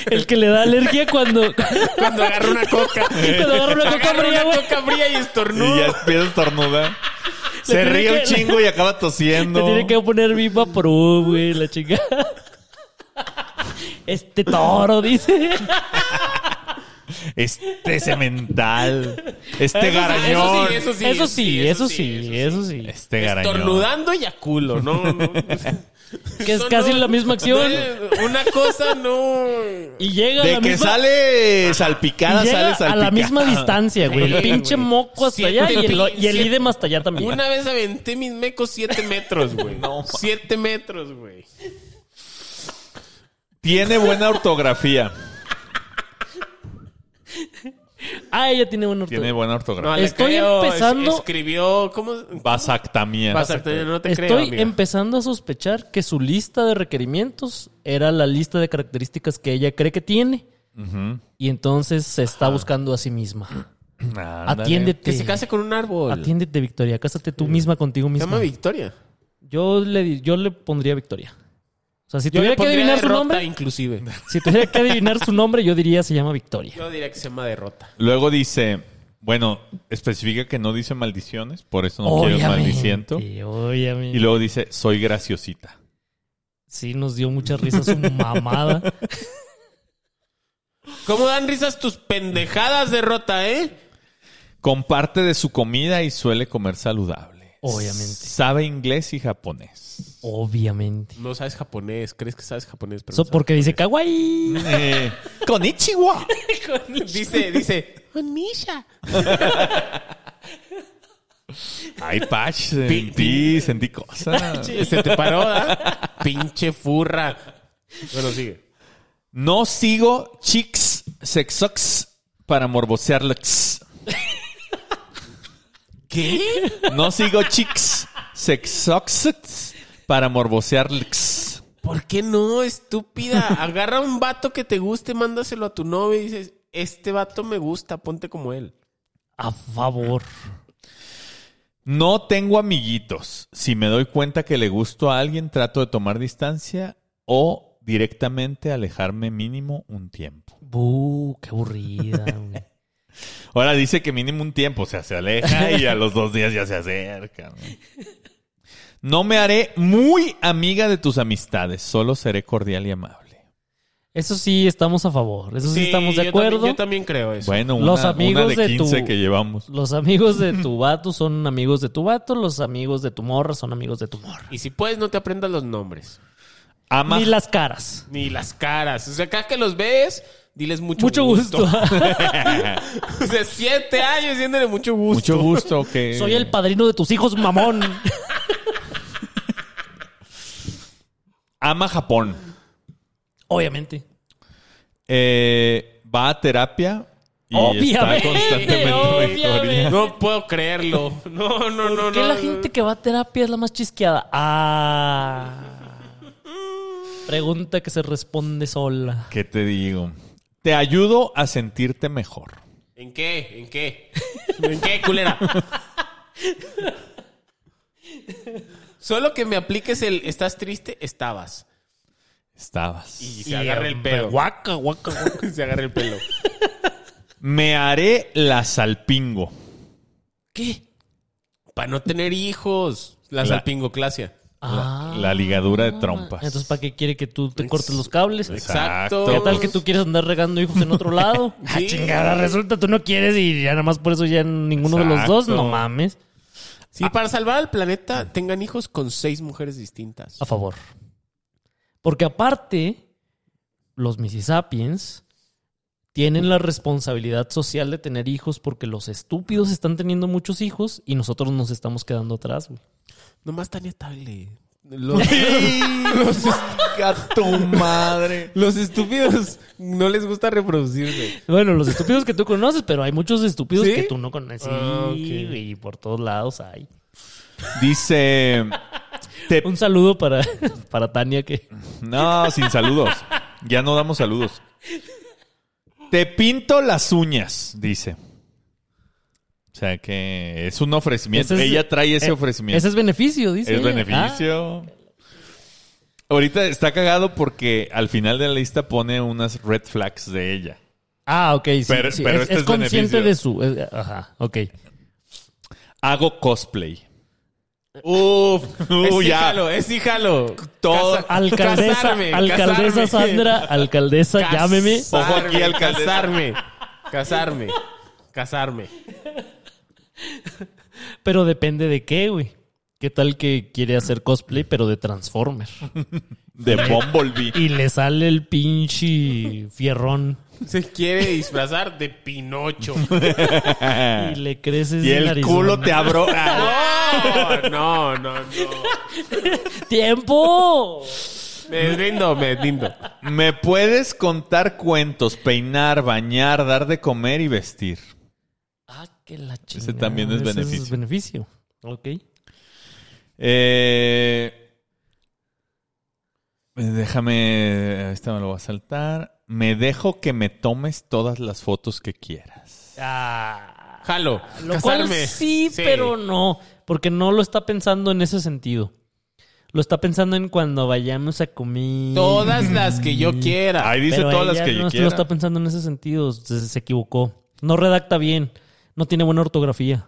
El que le da alergia cuando, cuando
Cuando agarra una coca.
agarra una coca
Agarra
fría,
una
güey.
coca fría y estornuda.
Y ya empieza a estornudar. Se
tiene
ríe
que-
un chingo y acaba
Le
tosiendo.
tiene que poner viva pro, güey, la chica. Este toro, dice.
Este cemental.
Eso
Este
sí,
garañón.
eso sí,
Eso sí, eso sí, eso sí.
Este garañón.
Estornudando y a culo, ¿no? no.
Que es
Eso
casi
no-
la misma acción.
no, Una cosa no...
Y llega a
De
la
que
misma-
sale
y
salpicada,
llega
sale
a
salpicada.
la misma distancia, güey.
Sí,
El pinche
güey.
moco hasta
Siete
allá y el,
pin-
y el
siete-
idem hasta allá también.
Una vez aventé mis mecos siete metros, güey.
No, ma.
Siete metros, güey.
Tiene buena ortografía.
Ah, ella tiene un orto-
Tiene buena
No,
ortografía.
le
Estoy
creo, es-
empezando-
escribió... ¿Cómo?
Vasactamia.
Basacte, no te
Estoy
creo, amiga.
empezando a sospechar que su lista de requerimientos era la lista de características que ella cree que tiene. Y entonces se está buscando a sí misma.
Ándale.
Atiéndete.
Que se case con un árbol.
Atiéndete, Victoria. Cásate tú misma contigo
Se llama
misma.
Victoria.
Yo le, di- yo le pondría Victoria. O sea, si
Yo
tuviera
le
que
pondría
adivinar su
derrota,
nombre,
inclusive.
si tuviera que adivinar su nombre, yo diría se llama Victoria.
Yo diría que se llama derrota.
Luego dice, bueno, especifica que no dice maldiciones, por eso no quiero
Obviamente.
maldiciento.
Obviamente.
Y luego dice, soy graciosita.
Sí, nos dio mucha risa su mamada.
¿Cómo dan risas tus pendejadas, derrota, eh?
Comparte de su comida y suele comer saludable.
Obviamente.
Sabe inglés y japonés.
Obviamente.
No sabes japonés, crees que sabes japonés, pero
Eso
no sabes
porque dice kawaii.
Eh, Konichiwa.
japonés. dice, dice, Onisha.
Ay, Pach, sentí, sentí cosas.
Se te paró, ¿ah? ¿verdad? Pinche furra. Bueno, sigue.
No sigo chicks sexox para morbosearlos.
¿Qué?
No sigo chicks sexox para morbosearlos.
¿Por qué no, estúpida? Agarra un vato que te guste, mándaselo a tu novio y dices, este vato me gusta, ponte como él.
A favor.
No tengo amiguitos. Si me doy cuenta que le gusto a alguien, trato de tomar distancia o directamente alejarme mínimo un tiempo.
Buh, qué aburrida, güey.
Ahora dice que mínimo un tiempo, o sea, se aleja y a los dos días ya se acerca. ¿no? No me haré muy amiga de tus amistades, solo seré cordial y amable.
Eso sí, estamos a favor. Eso sí, estamos de
yo
acuerdo.
también- yo también creo eso.
Bueno, una,
Los amigos
una de
de tu-
15 que llevamos.
Los amigos de tu vato son amigos de tu vato. Los amigos de tu morra son amigos de tu morra.
Y si puedes, no te aprendas los nombres.
Ama,
Ni las caras.
Ni las caras. O sea, cada que los ves, diles mucho,
Mucho gusto.
o sea, siete años diciéndole mucho gusto.
mucho gusto que...
Soy el padrino de tus hijos, mamón.
Ama Japón.
Obviamente.
Eh, va a terapia y
Obviamente,
está constantemente
obviamente.
monitoreando.
No puedo creerlo. No, no, no,
¿Por qué
no.
la gente que va a terapia es la más chisqueada? Ah. Pregunta que se responde sola.
¿Qué te digo? Te ayudo a sentirte mejor.
¿En qué? ¿En qué? ¿En qué, culera? Solo que me apliques el estás triste, estabas.
Estabas.
Y se agarra el pelo.
Guaca, guaca, guaca.
Se agarra el pelo.
Me haré la salpingo.
¿Qué? Para no tener hijos. La,
La-
salpingoclasia.
Ah.
la ligadura de trompas.
Entonces, ¿para qué quiere que tú te cortes los cables?
Exacto.
¿Qué tal que tú quieres andar regando hijos en otro lado?
Sí.
Ah, chingada, resulta tú no quieres y ya nada más por eso ya ninguno de los dos,
Exacto.
no mames.
Sí,
Ah.
para salvar al planeta, tengan hijos con seis mujeres distintas.
A favor. Porque aparte, los Mississippians tienen la responsabilidad social de tener hijos porque los estúpidos están teniendo muchos hijos y nosotros nos estamos quedando atrás, güey.
Nomás Tania Tagle. Los, los,
A tu madre.
los estúpidos no les gusta reproducirse.
Bueno, los estúpidos que tú conoces, pero hay muchos estúpidos
¿Sí?
que tú no conoces. Sí,
Ah, ok.
y por todos lados hay.
Dice. Te-
Un saludo para, para Tania que...
No, sin saludos. Ya no damos saludos. Te pinto las uñas, dice. O sea que es un ofrecimiento.
Ese es-
Ella trae ese
eh,
ofrecimiento.
Ese es beneficio, dice.
Es
ella.
beneficio. Ahorita está cagado porque al final de la lista pone unas red flags de ella.
Ah, ah, ok. Sí,
Pero-
sí,
pero
es,
este
es
es
consciente
beneficio.
de su... eh, ajá, ok.
Hago cosplay.
Uf,
uh,
es
ya.
híjalo, es híjalo.
Todo-
Casa-
Alcaldesa,
casarme,
alcaldesa
casarme.
Sandra, alcaldesa,
Casarme,
llámeme.
Ojo aquí, alcaldesa.
Casarme, casarme, casarme.
Pero depende de qué, güey. ¿Qué tal que quiere hacer cosplay, pero de Transformer?
De Bumblebee.
Y le sale el pinche fierrón.
Se quiere disfrazar de Pinocho.
Y le creces
Ah. Y el culo te abro. Ah,
No, ¡Ah! no, no, no.
¡Tiempo!
Me deslindo, me deslindo.
Me puedes contar cuentos, peinar, bañar, dar de comer y vestir.
Ah, que la chingada.
Ese también es beneficio.
es beneficio. Ok.
Eh, déjame. Esta me lo voy a saltar. Me dejo que me tomes todas las fotos que quieras.
Ah,
Jalo,
lo
casarme.
cual sí, pero no. Porque no lo está pensando en ese sentido. Lo está pensando en cuando vayamos a comer.
Todas las que yo quiera.
Ahí dice
Pero
todas las
ella
que
no
yo
lo
quiera.
está pensando en ese sentido. Se, se equivocó. No redacta bien. No tiene buena ortografía.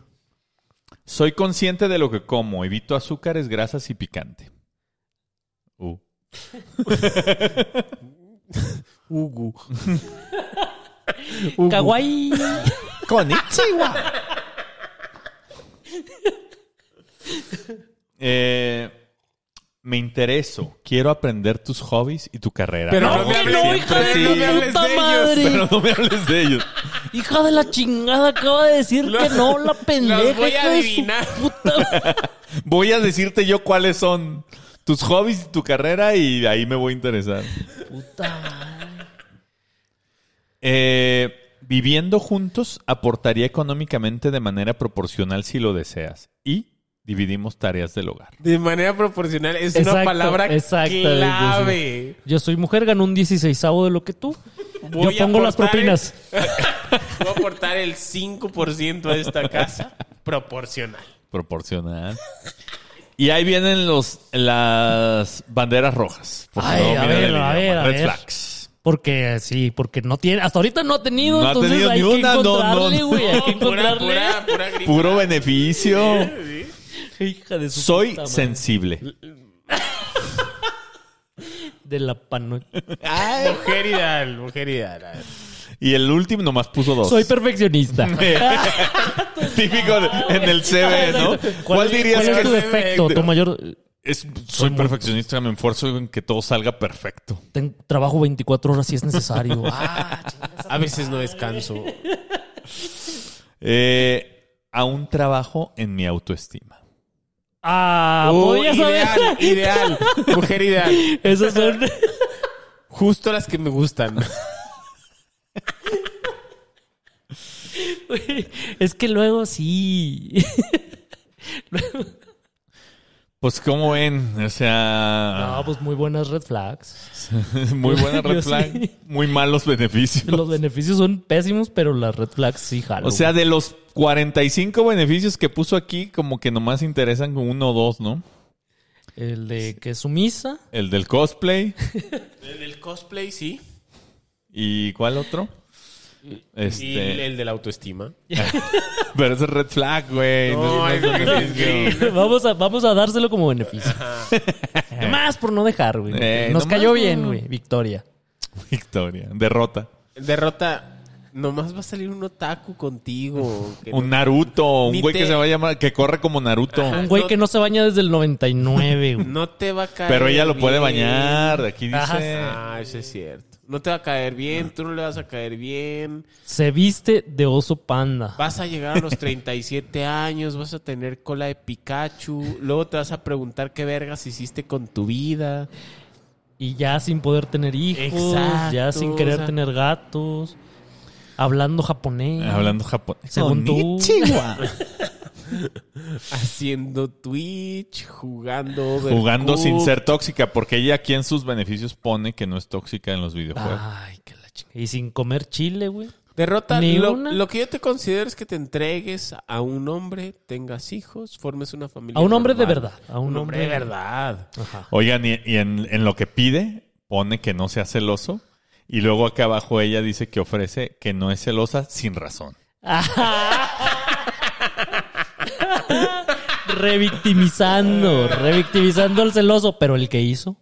Soy consciente de lo que como. Evito azúcares, grasas y picante. Uh.
Ugu.
Kawaii.
Konnichiwa. Eh, me intereso. Quiero aprender tus hobbies y tu carrera.
Pero
No,
no me
que
hables,
no, hija de
siempre sí.
tu
No me hables
puta
de ellos,
madre.
Pero no me hables de ellos.
Hija de la chingada, acaba de decir que no, la pendeja.
los voy a
hija de su
adivinar.
puta-
Voy a decirte yo cuáles son tus hobbies y tu carrera y ahí me voy a interesar.
puta madre.
Eh, viviendo juntos aportaría económicamente de manera proporcional si lo deseas. Y dividimos tareas del hogar.
De manera proporcional es una
Exacto,
palabra
exactamente,
clave.
Yo soy mujer, ganó un 16avo de lo que tú.
Voy
Yo
a
pongo las
aportar el-
propinas.
Voy a aportar el 5% a esta casa proporcional.
Proporcional. Y ahí vienen los, las banderas rojas. Porque
Ay,
no
a
miran
ver,
el
a
idioma.
ver, a
Red
ver.
flags.
Porque sí, porque no tiene. Hasta ahorita no ha tenido,
No ha
entonces
tenido
hay
ni
que
una, no, no,
encontrarle,
no.
güey. hay que
No, pura,
encontrarle.
pura, pura gringa.
Puro beneficio.
Hija de su
Soy
puta madre.
sensible.
De la panocha.
Mujer ideal, mujer ideal. A ver.
Y el último nomás puso dos.
Soy perfeccionista.
Típico de- en el CV, ¿no?
Exacto.
¿Cuál, dirías
cuál
que
es tu defecto? Tu mayor.
Es- soy perfeccionista, me esfuerzo en que todo salga perfecto.
ten- trabajo 24 horas si es necesario. Ah,
A veces no descanso.
Eh, aún trabajo en mi autoestima.
ah
Uh,
podía saber.
ideal, ideal. Mujer ideal.
Esas son.
Justo las que me gustan.
es que luego sí.
Pues, ¿cómo ven? O sea,
No, pues muy buenas red flags.
muy buena red
yo
flag,
sí.
muy malos beneficios.
Los beneficios son pésimos, pero las red flags sí jalan.
O sea, de los 45 beneficios que puso aquí, como que nomás interesan con uno o dos, ¿no?
el de que es sumisa.
El del cosplay
El del cosplay, sí.
y ¿cuál otro?
Y el,
Este,
el de la autoestima.
pero ese es red flag, güey.
No,
No, no es
es red
beneficio.
vamos, a, vamos a dárselo como beneficio. Nomás por no dejar, güey.
Eh,
Nos
nomás
cayó
no.
bien, güey. Victoria.
Victoria, derrota.
Derrota. Nomás va a salir un otaku contigo. que
Un Naruto, un
Ni
güey que
te-
se va a llamar, que corre como Naruto.
Un güey que no se baña desde el 99, güey.
no, no te va a caer.
Pero ella lo puede
bien.
bañar, aquí dice.
Ajá.
Ah, eso es cierto. No te va a caer bien, tú no le vas a caer bien.
Se viste de oso panda.
Vas a llegar a los 37 años, vas a tener cola de Pikachu. Luego te vas a preguntar qué vergas hiciste con tu vida.
Y ya sin poder tener hijos,
Exacto,
ya sin querer
o sea-
tener gatos, hablando japonés.
Hablando japonés.
Según tú.
Konnichiwa.
Haciendo Twitch, jugando. Overcooked.
Jugando sin ser tóxica, porque ella aquí en sus beneficios pone que no es tóxica en los videojuegos.
Ay, qué la chingada. Y sin comer chile, güey.
Derrota.
Ni
Lo,
una.
lo que yo te considero es que te entregues a un hombre, tengas hijos, formes una familia.
A un hombre de
normal.
verdad. A un, hombre
de verdad.
Ajá.
Oigan, y, y en, en lo que pide, pone que no sea celoso. Y luego acá abajo ella dice que ofrece que no es celosa sin razón.
Revictimizando, revictimizando al celoso, pero el que hizo.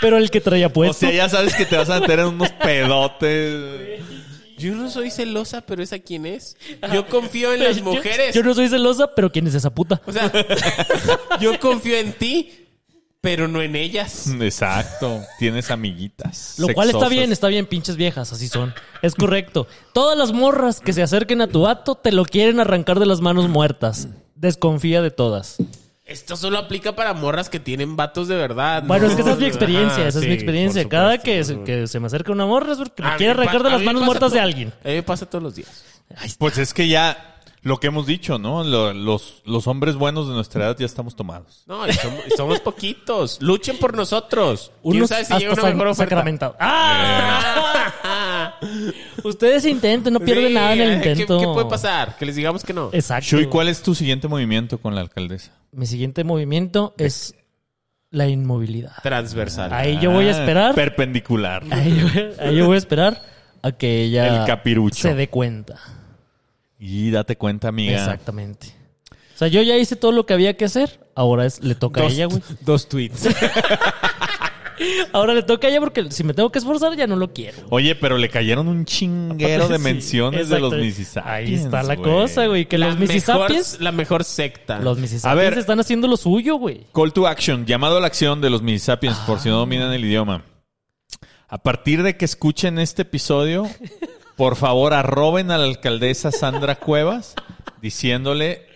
pero el que traía
O
puesto.
sea, ya sabes que te vas a meter en unos pedotes.
Yo no soy celosa, pero esa quién es. Yo confío en las
Yo-
mujeres.
Yo, no soy celosa, pero ¿quién es esa puta?
O sea, yo confío en ti, pero no en
Mm.
ellas.
Exacto. Tienes amiguitas.
Lo cual está
sexosas.
bien, está bien, pinches viejas, así son. Es correcto. Todas las morras que se acerquen a tu vato te lo quieren arrancar de las manos muertas. Desconfía de todas.
Esto solo aplica para morras que tienen vatos de verdad. ¿no?
Bueno, es que esa es mi experiencia,
Ajá,
esa es mi
sí,
experiencia.
por
Cada
supuesto.
que se, que se me acerca una morra es porque
A
me
mí
quiere
pa-
arrancar de
a
las
mí
manos
pasa
muertas de
todo-
alguien.
A mí me pasa todos los días.
Pues es que ya lo que hemos dicho, ¿no? Lo- los, los hombres buenos de nuestra edad ya estamos tomados.
No, y somos, y somos poquitos. Luchen por nosotros. ¿Quién
Unos
sabe si
hasta
llega una
San-
mejor oferta?
Sacramento. ¡Ah! Ustedes intenten, no pierden
Sí,
nada en el
¿qué-
intento.
¿qué, puede pasar? Que les digamos que no.
Exacto.
Shui, ¿cuál es tu siguiente movimiento con la alcaldesa?
Mi siguiente movimiento es la inmovilidad.
Transversal.
Ahí yo voy a
Ah,
esperar.
Perpendicular.
Ahí yo, ahí yo voy a esperar a que ella
El capirucho.
se dé cuenta.
Y date cuenta, amiga.
Exactamente. O sea, yo ya hice todo lo que había que hacer. Ahora es, le toca a
Dos-
ella, güey.
Dos tweets.
Ahora le toca a ella porque si me tengo que esforzar ya no lo quiero.
Oye, pero le cayeron un chinguero de
Sí,
menciones de los
exacto.
Mississippi.
Ahí está la cosa, güey. Que los Mississippi's,
mejor, la mejor secta.
los
A ver.
Mississippi's están haciendo lo suyo, güey.
Call to action, llamado a la acción de los Mississippians, por
Ah.
si no dominan el idioma. A partir de que escuchen este episodio, por favor arroben a la alcaldesa Sandra Cuevas diciéndole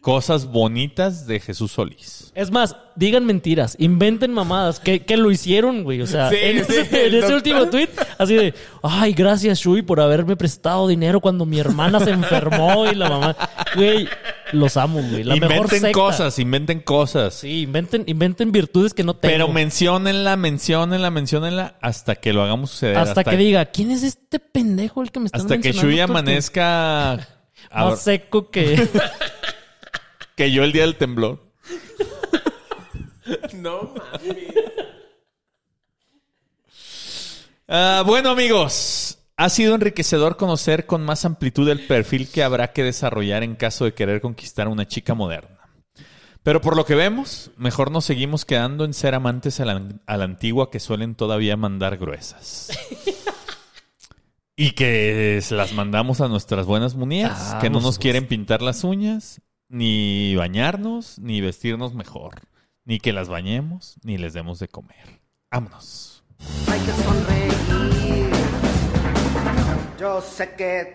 cosas bonitas de Jesús Solís.
Es más, digan mentiras, inventen mamadas, que, que lo hicieron, güey. O sea,
Sí,
en,
sí,
ese, en
el
ese
doctor.
último tweet, así de, ay, gracias, Shui, por haberme prestado dinero cuando mi hermana se enfermó y la mamá. Güey, los amo, güey. La mejor
inventen
secta.
cosas, inventen cosas.
Sí, inventen, inventen virtudes que no tengo.
Pero menciónenla, menciónenla, menciónenla hasta que lo hagamos suceder.
hasta, que diga, ¿quién es este pendejo el que me está
Hasta que Shui amanezca ahora-
Más seco que.
que yo el día del temblor.
No, mames.
Ah, bueno, amigos, ha sido enriquecedor conocer con más amplitud el perfil que habrá que desarrollar en caso de querer conquistar a una chica moderna. Pero por lo que vemos, mejor nos seguimos quedando en ser amantes a la, a la antigua que suelen todavía mandar gruesas. Y que es- las mandamos a nuestras buenas muñecas,
Ah,
que no
por
nos
supuesto.
quieren pintar las uñas, ni bañarnos, ni vestirnos mejor, ni que las bañemos, ni les demos de comer. Vámonos.
Hay que sonreír. Yo sé que.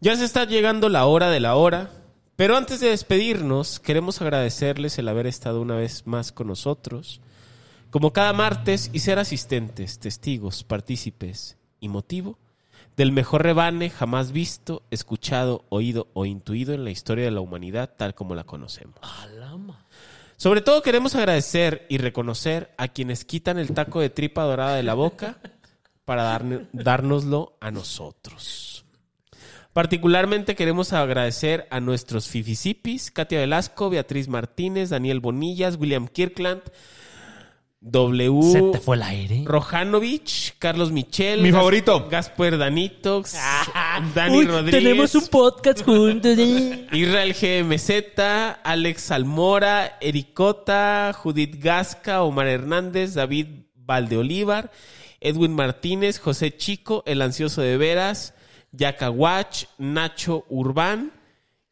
Ya se está llegando la hora de la hora, pero antes de despedirnos, queremos agradecerles el haber estado una vez más con nosotros, como cada martes, y ser asistentes, testigos, partícipes y motivo del mejor rebane jamás visto, escuchado, oído o intuido en la historia de la humanidad tal como la conocemos. Sobre todo queremos agradecer y reconocer a quienes quitan el taco de tripa dorada de la boca para darne- dárnoslo a nosotros. Particularmente queremos agradecer a nuestros Fifisipis, Katia Velasco, Beatriz Martínez, Daniel Bonillas, William Kirkland,
Uh,
W.
Se te fue el aire.
Rojanovich, Carlos Michel.
Mi
Gas-
favorito.
Gasper Danitox, Dani
Ah. Uy,
Rodríguez.
Tenemos un podcast juntos. ¿eh?
Israel GMZ, Alex Almora, Ericota, Judith Gasca, Omar Hernández, David Valdeolívar, Edwin Martínez, José Chico, El Ansioso de Veras, Yaka Watch, Nacho Urbán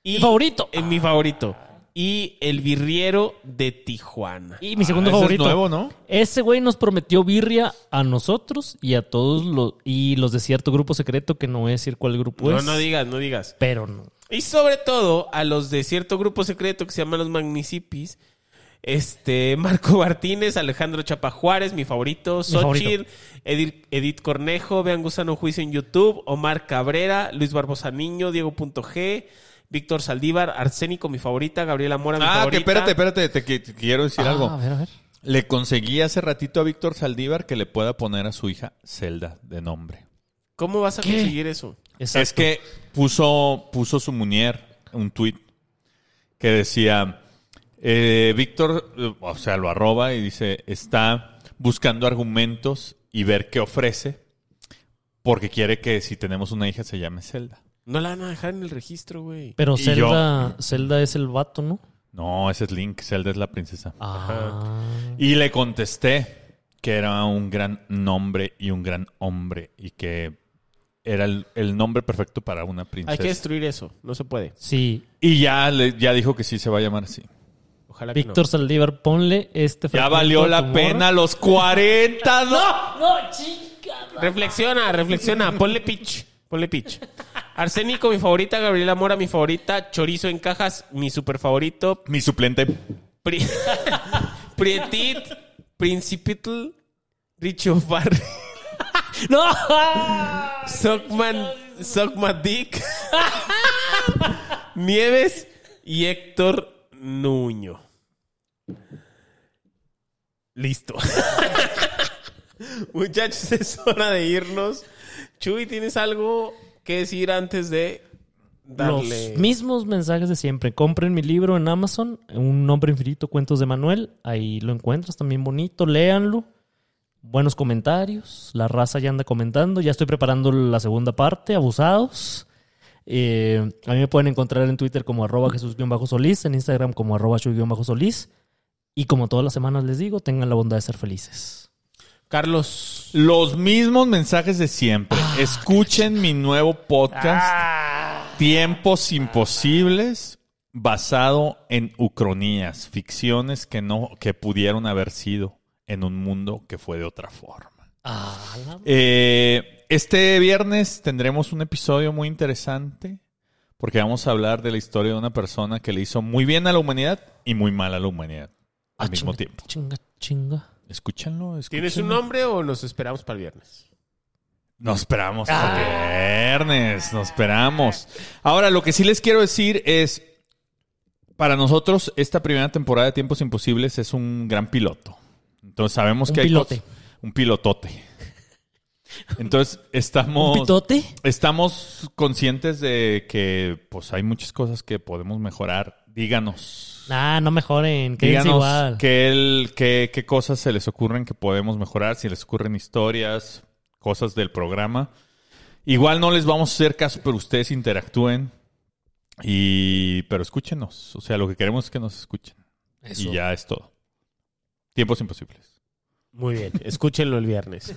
y...
Mi favorito.
Eh, mi favorito. y El Birriero de Tijuana.
Y mi segundo
Ah, ese
favorito.
Es nuevo, ¿no?
Ese güey nos prometió birria a nosotros y a todos los y los de cierto grupo secreto que no voy a decir cuál grupo
no,
es.
no digas, no digas.
Pero no.
Y sobre todo a los de cierto grupo secreto que se llaman los Magnicipis. Este, Marco Martínez, Alejandro Chapa Juárez, mi favorito, Xochitl,
favorito.
Edil- Edith Cornejo, Vean Gusano Juicio en YouTube, Omar Cabrera, Luis Barbosa Niño, Diego Punto G, Víctor Saldívar, Arsénico, mi favorita, Gabriela Mora, mi
Ah, que
favorita.
espérate, espérate, te, qui- te quiero decir
Ah,
algo.
A ver, a ver.
Le conseguí hace ratito a Víctor Saldívar que le pueda poner a su hija Zelda de nombre.
¿Cómo vas a
¿Qué?
conseguir eso?
Exacto.
Es que puso, puso su muñer un tuit que decía, eh, Víctor, eh, o sea, lo arroba y dice, está buscando argumentos y ver qué ofrece porque quiere que si tenemos una hija se llame Zelda.
No la van a dejar en el registro, güey.
Pero
y yo-
Zelda, Zelda es el vato, ¿no?
No, ese es Link, Zelda es la princesa.
Ah.
Y le contesté que era un gran nombre y un gran hombre y que era el, el nombre perfecto para una
Hay
princesa.
que destruir eso, no se puede.
Sí.
Y ya, le- ya dijo que sí se va a llamar así.
Ojalá que
Víctor
no.
Saldívar, ponle este
Ya
fragmento
valió
a tu
la
morra.
pena los 40, ¿no?
Reflexiona, reflexiona. Ponle pitch. Ponle pitch. Arsénico, mi favorita. Gabriela Mora, mi favorita. Chorizo en cajas, mi super favorito.
Mi suplente.
Pri- Prietit, Principitl, Richo Farri,
¡No!
Sockman, Sockman Dick, Nieves y Héctor Nuño. Listo. Muchachos, es hora de irnos. Chuy, ¿tienes algo que decir antes de darle?
Los mismos mensajes de siempre. Compren mi libro en Amazon, Un Nombre Infinito, Cuentos de Manuel. Ahí lo encuentras también bonito. Léanlo. Buenos comentarios. La raza ya anda comentando. Ya estoy preparando la segunda parte, Abusados. Eh, a mí me pueden encontrar en Twitter como arroba Jesús-Solís, en Instagram como arroba Chuy-Solís. Y como todas las semanas les digo, tengan la bondad de ser felices.
Carlos.
Los mismos mensajes de siempre.
Ah,
Escuchen mi nuevo podcast, Tiempos Imposibles, basado en ucronías, ficciones que no, que pudieron haber sido en un mundo que fue de otra forma. Eh, este viernes tendremos un episodio muy interesante porque vamos a hablar de la historia de una persona que le hizo muy bien a la humanidad y muy mal a la humanidad al
Ah,
mismo
chinga,
tiempo.
Chinga, chinga.
Escúchenlo, escúchenlo.
¿Tienes un nombre o nos esperamos para el viernes?
Nos esperamos el
Ah.
viernes, nos esperamos. Ahora, lo que sí les quiero decir es, para nosotros esta primera temporada de Tiempos Imposibles es un gran piloto. Entonces sabemos
Un
que hay
pilote.
cos- un pilotote. Entonces estamos...
¿Un pitote?
Estamos conscientes de que pues hay muchas cosas que podemos mejorar. Díganos.
Nah, no mejoren. Quédense igual.
Díganos qué, el- qué- qué cosas se les ocurren que podemos mejorar, si les ocurren historias, cosas del programa. Igual no les vamos a hacer caso, pero ustedes interactúen. Y pero escúchenos. O sea, lo que queremos es que nos escuchen. Y ya es todo. Tiempos imposibles.
Muy bien, escúchenlo el viernes.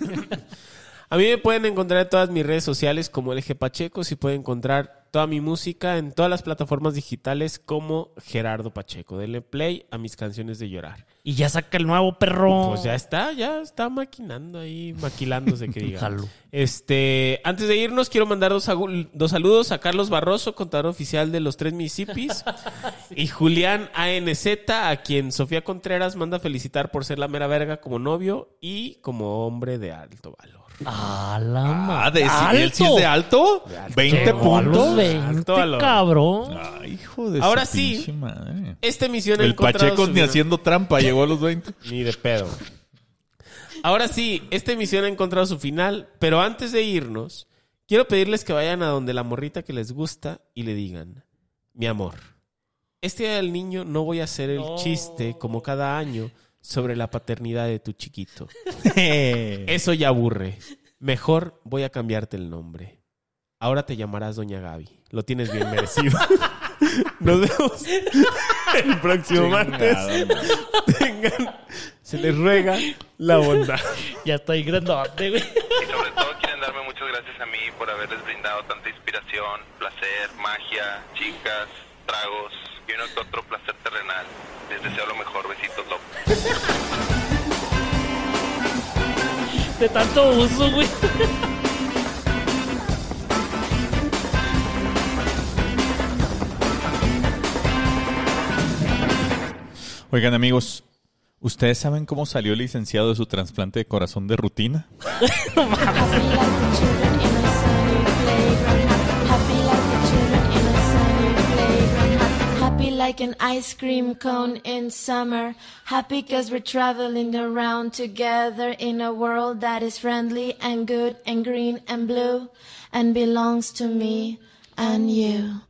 A mí me pueden encontrar en todas mis redes sociales como LG Pacheco, si pueden encontrar toda mi música en todas las plataformas digitales como Gerardo Pacheco. Denle play a mis canciones de llorar.
Y ya saca el nuevo perro.
Pues ya está, ya está maquinando ahí, maquilándose que diga.
Jalo.
Este, antes de irnos, quiero mandar dos, agu- dos saludos a Carlos Barroso, contador oficial de los tres municipios, y Julián ANZ, a quien Sofía Contreras manda felicitar por ser la mera verga como novio y como hombre de alto valor.
A la
Ah,
madre.
de, ¿él sí es de alto? ¿20
Llegó a los
puntos?
20,
Alto valor.
cabrón.
Ay, hijo de
Ahora
su
sí.
pinche madre.
Esta misión
El Pacheco ni
haciendo
haciendo trampa llegó a los 20.
Ni de pedo. Ahora sí, esta emisión ha encontrado su final, pero antes de irnos, quiero pedirles que vayan a donde la morrita que les gusta y le digan, mi amor, este día del niño no voy a hacer el chiste como cada año sobre la paternidad de tu chiquito. Eso ya aburre. Mejor voy a cambiarte el nombre. Ahora te llamarás Doña Gaby. Lo tienes bien merecido. Nos vemos el próximo martes tengan, se les ruega la bondad.
Ya estoy grandote, güey.
Y sobre todo quieren darme muchas gracias a mí por haberles brindado tanta inspiración, placer, magia, chicas, tragos y uno que otro placer terrenal. Les deseo lo mejor. Besitos, locos.
De tanto uso, güey.
Oigan, amigos, ¿ustedes saben cómo salió el licenciado de su trasplante de corazón de rutina?
Happy like the children in a sunny playground. Happy like the children in a sunny playground. Happy like an ice cream cone in summer. Happy cause we're traveling around together in a world that is friendly and good and green and blue and belongs to me and you.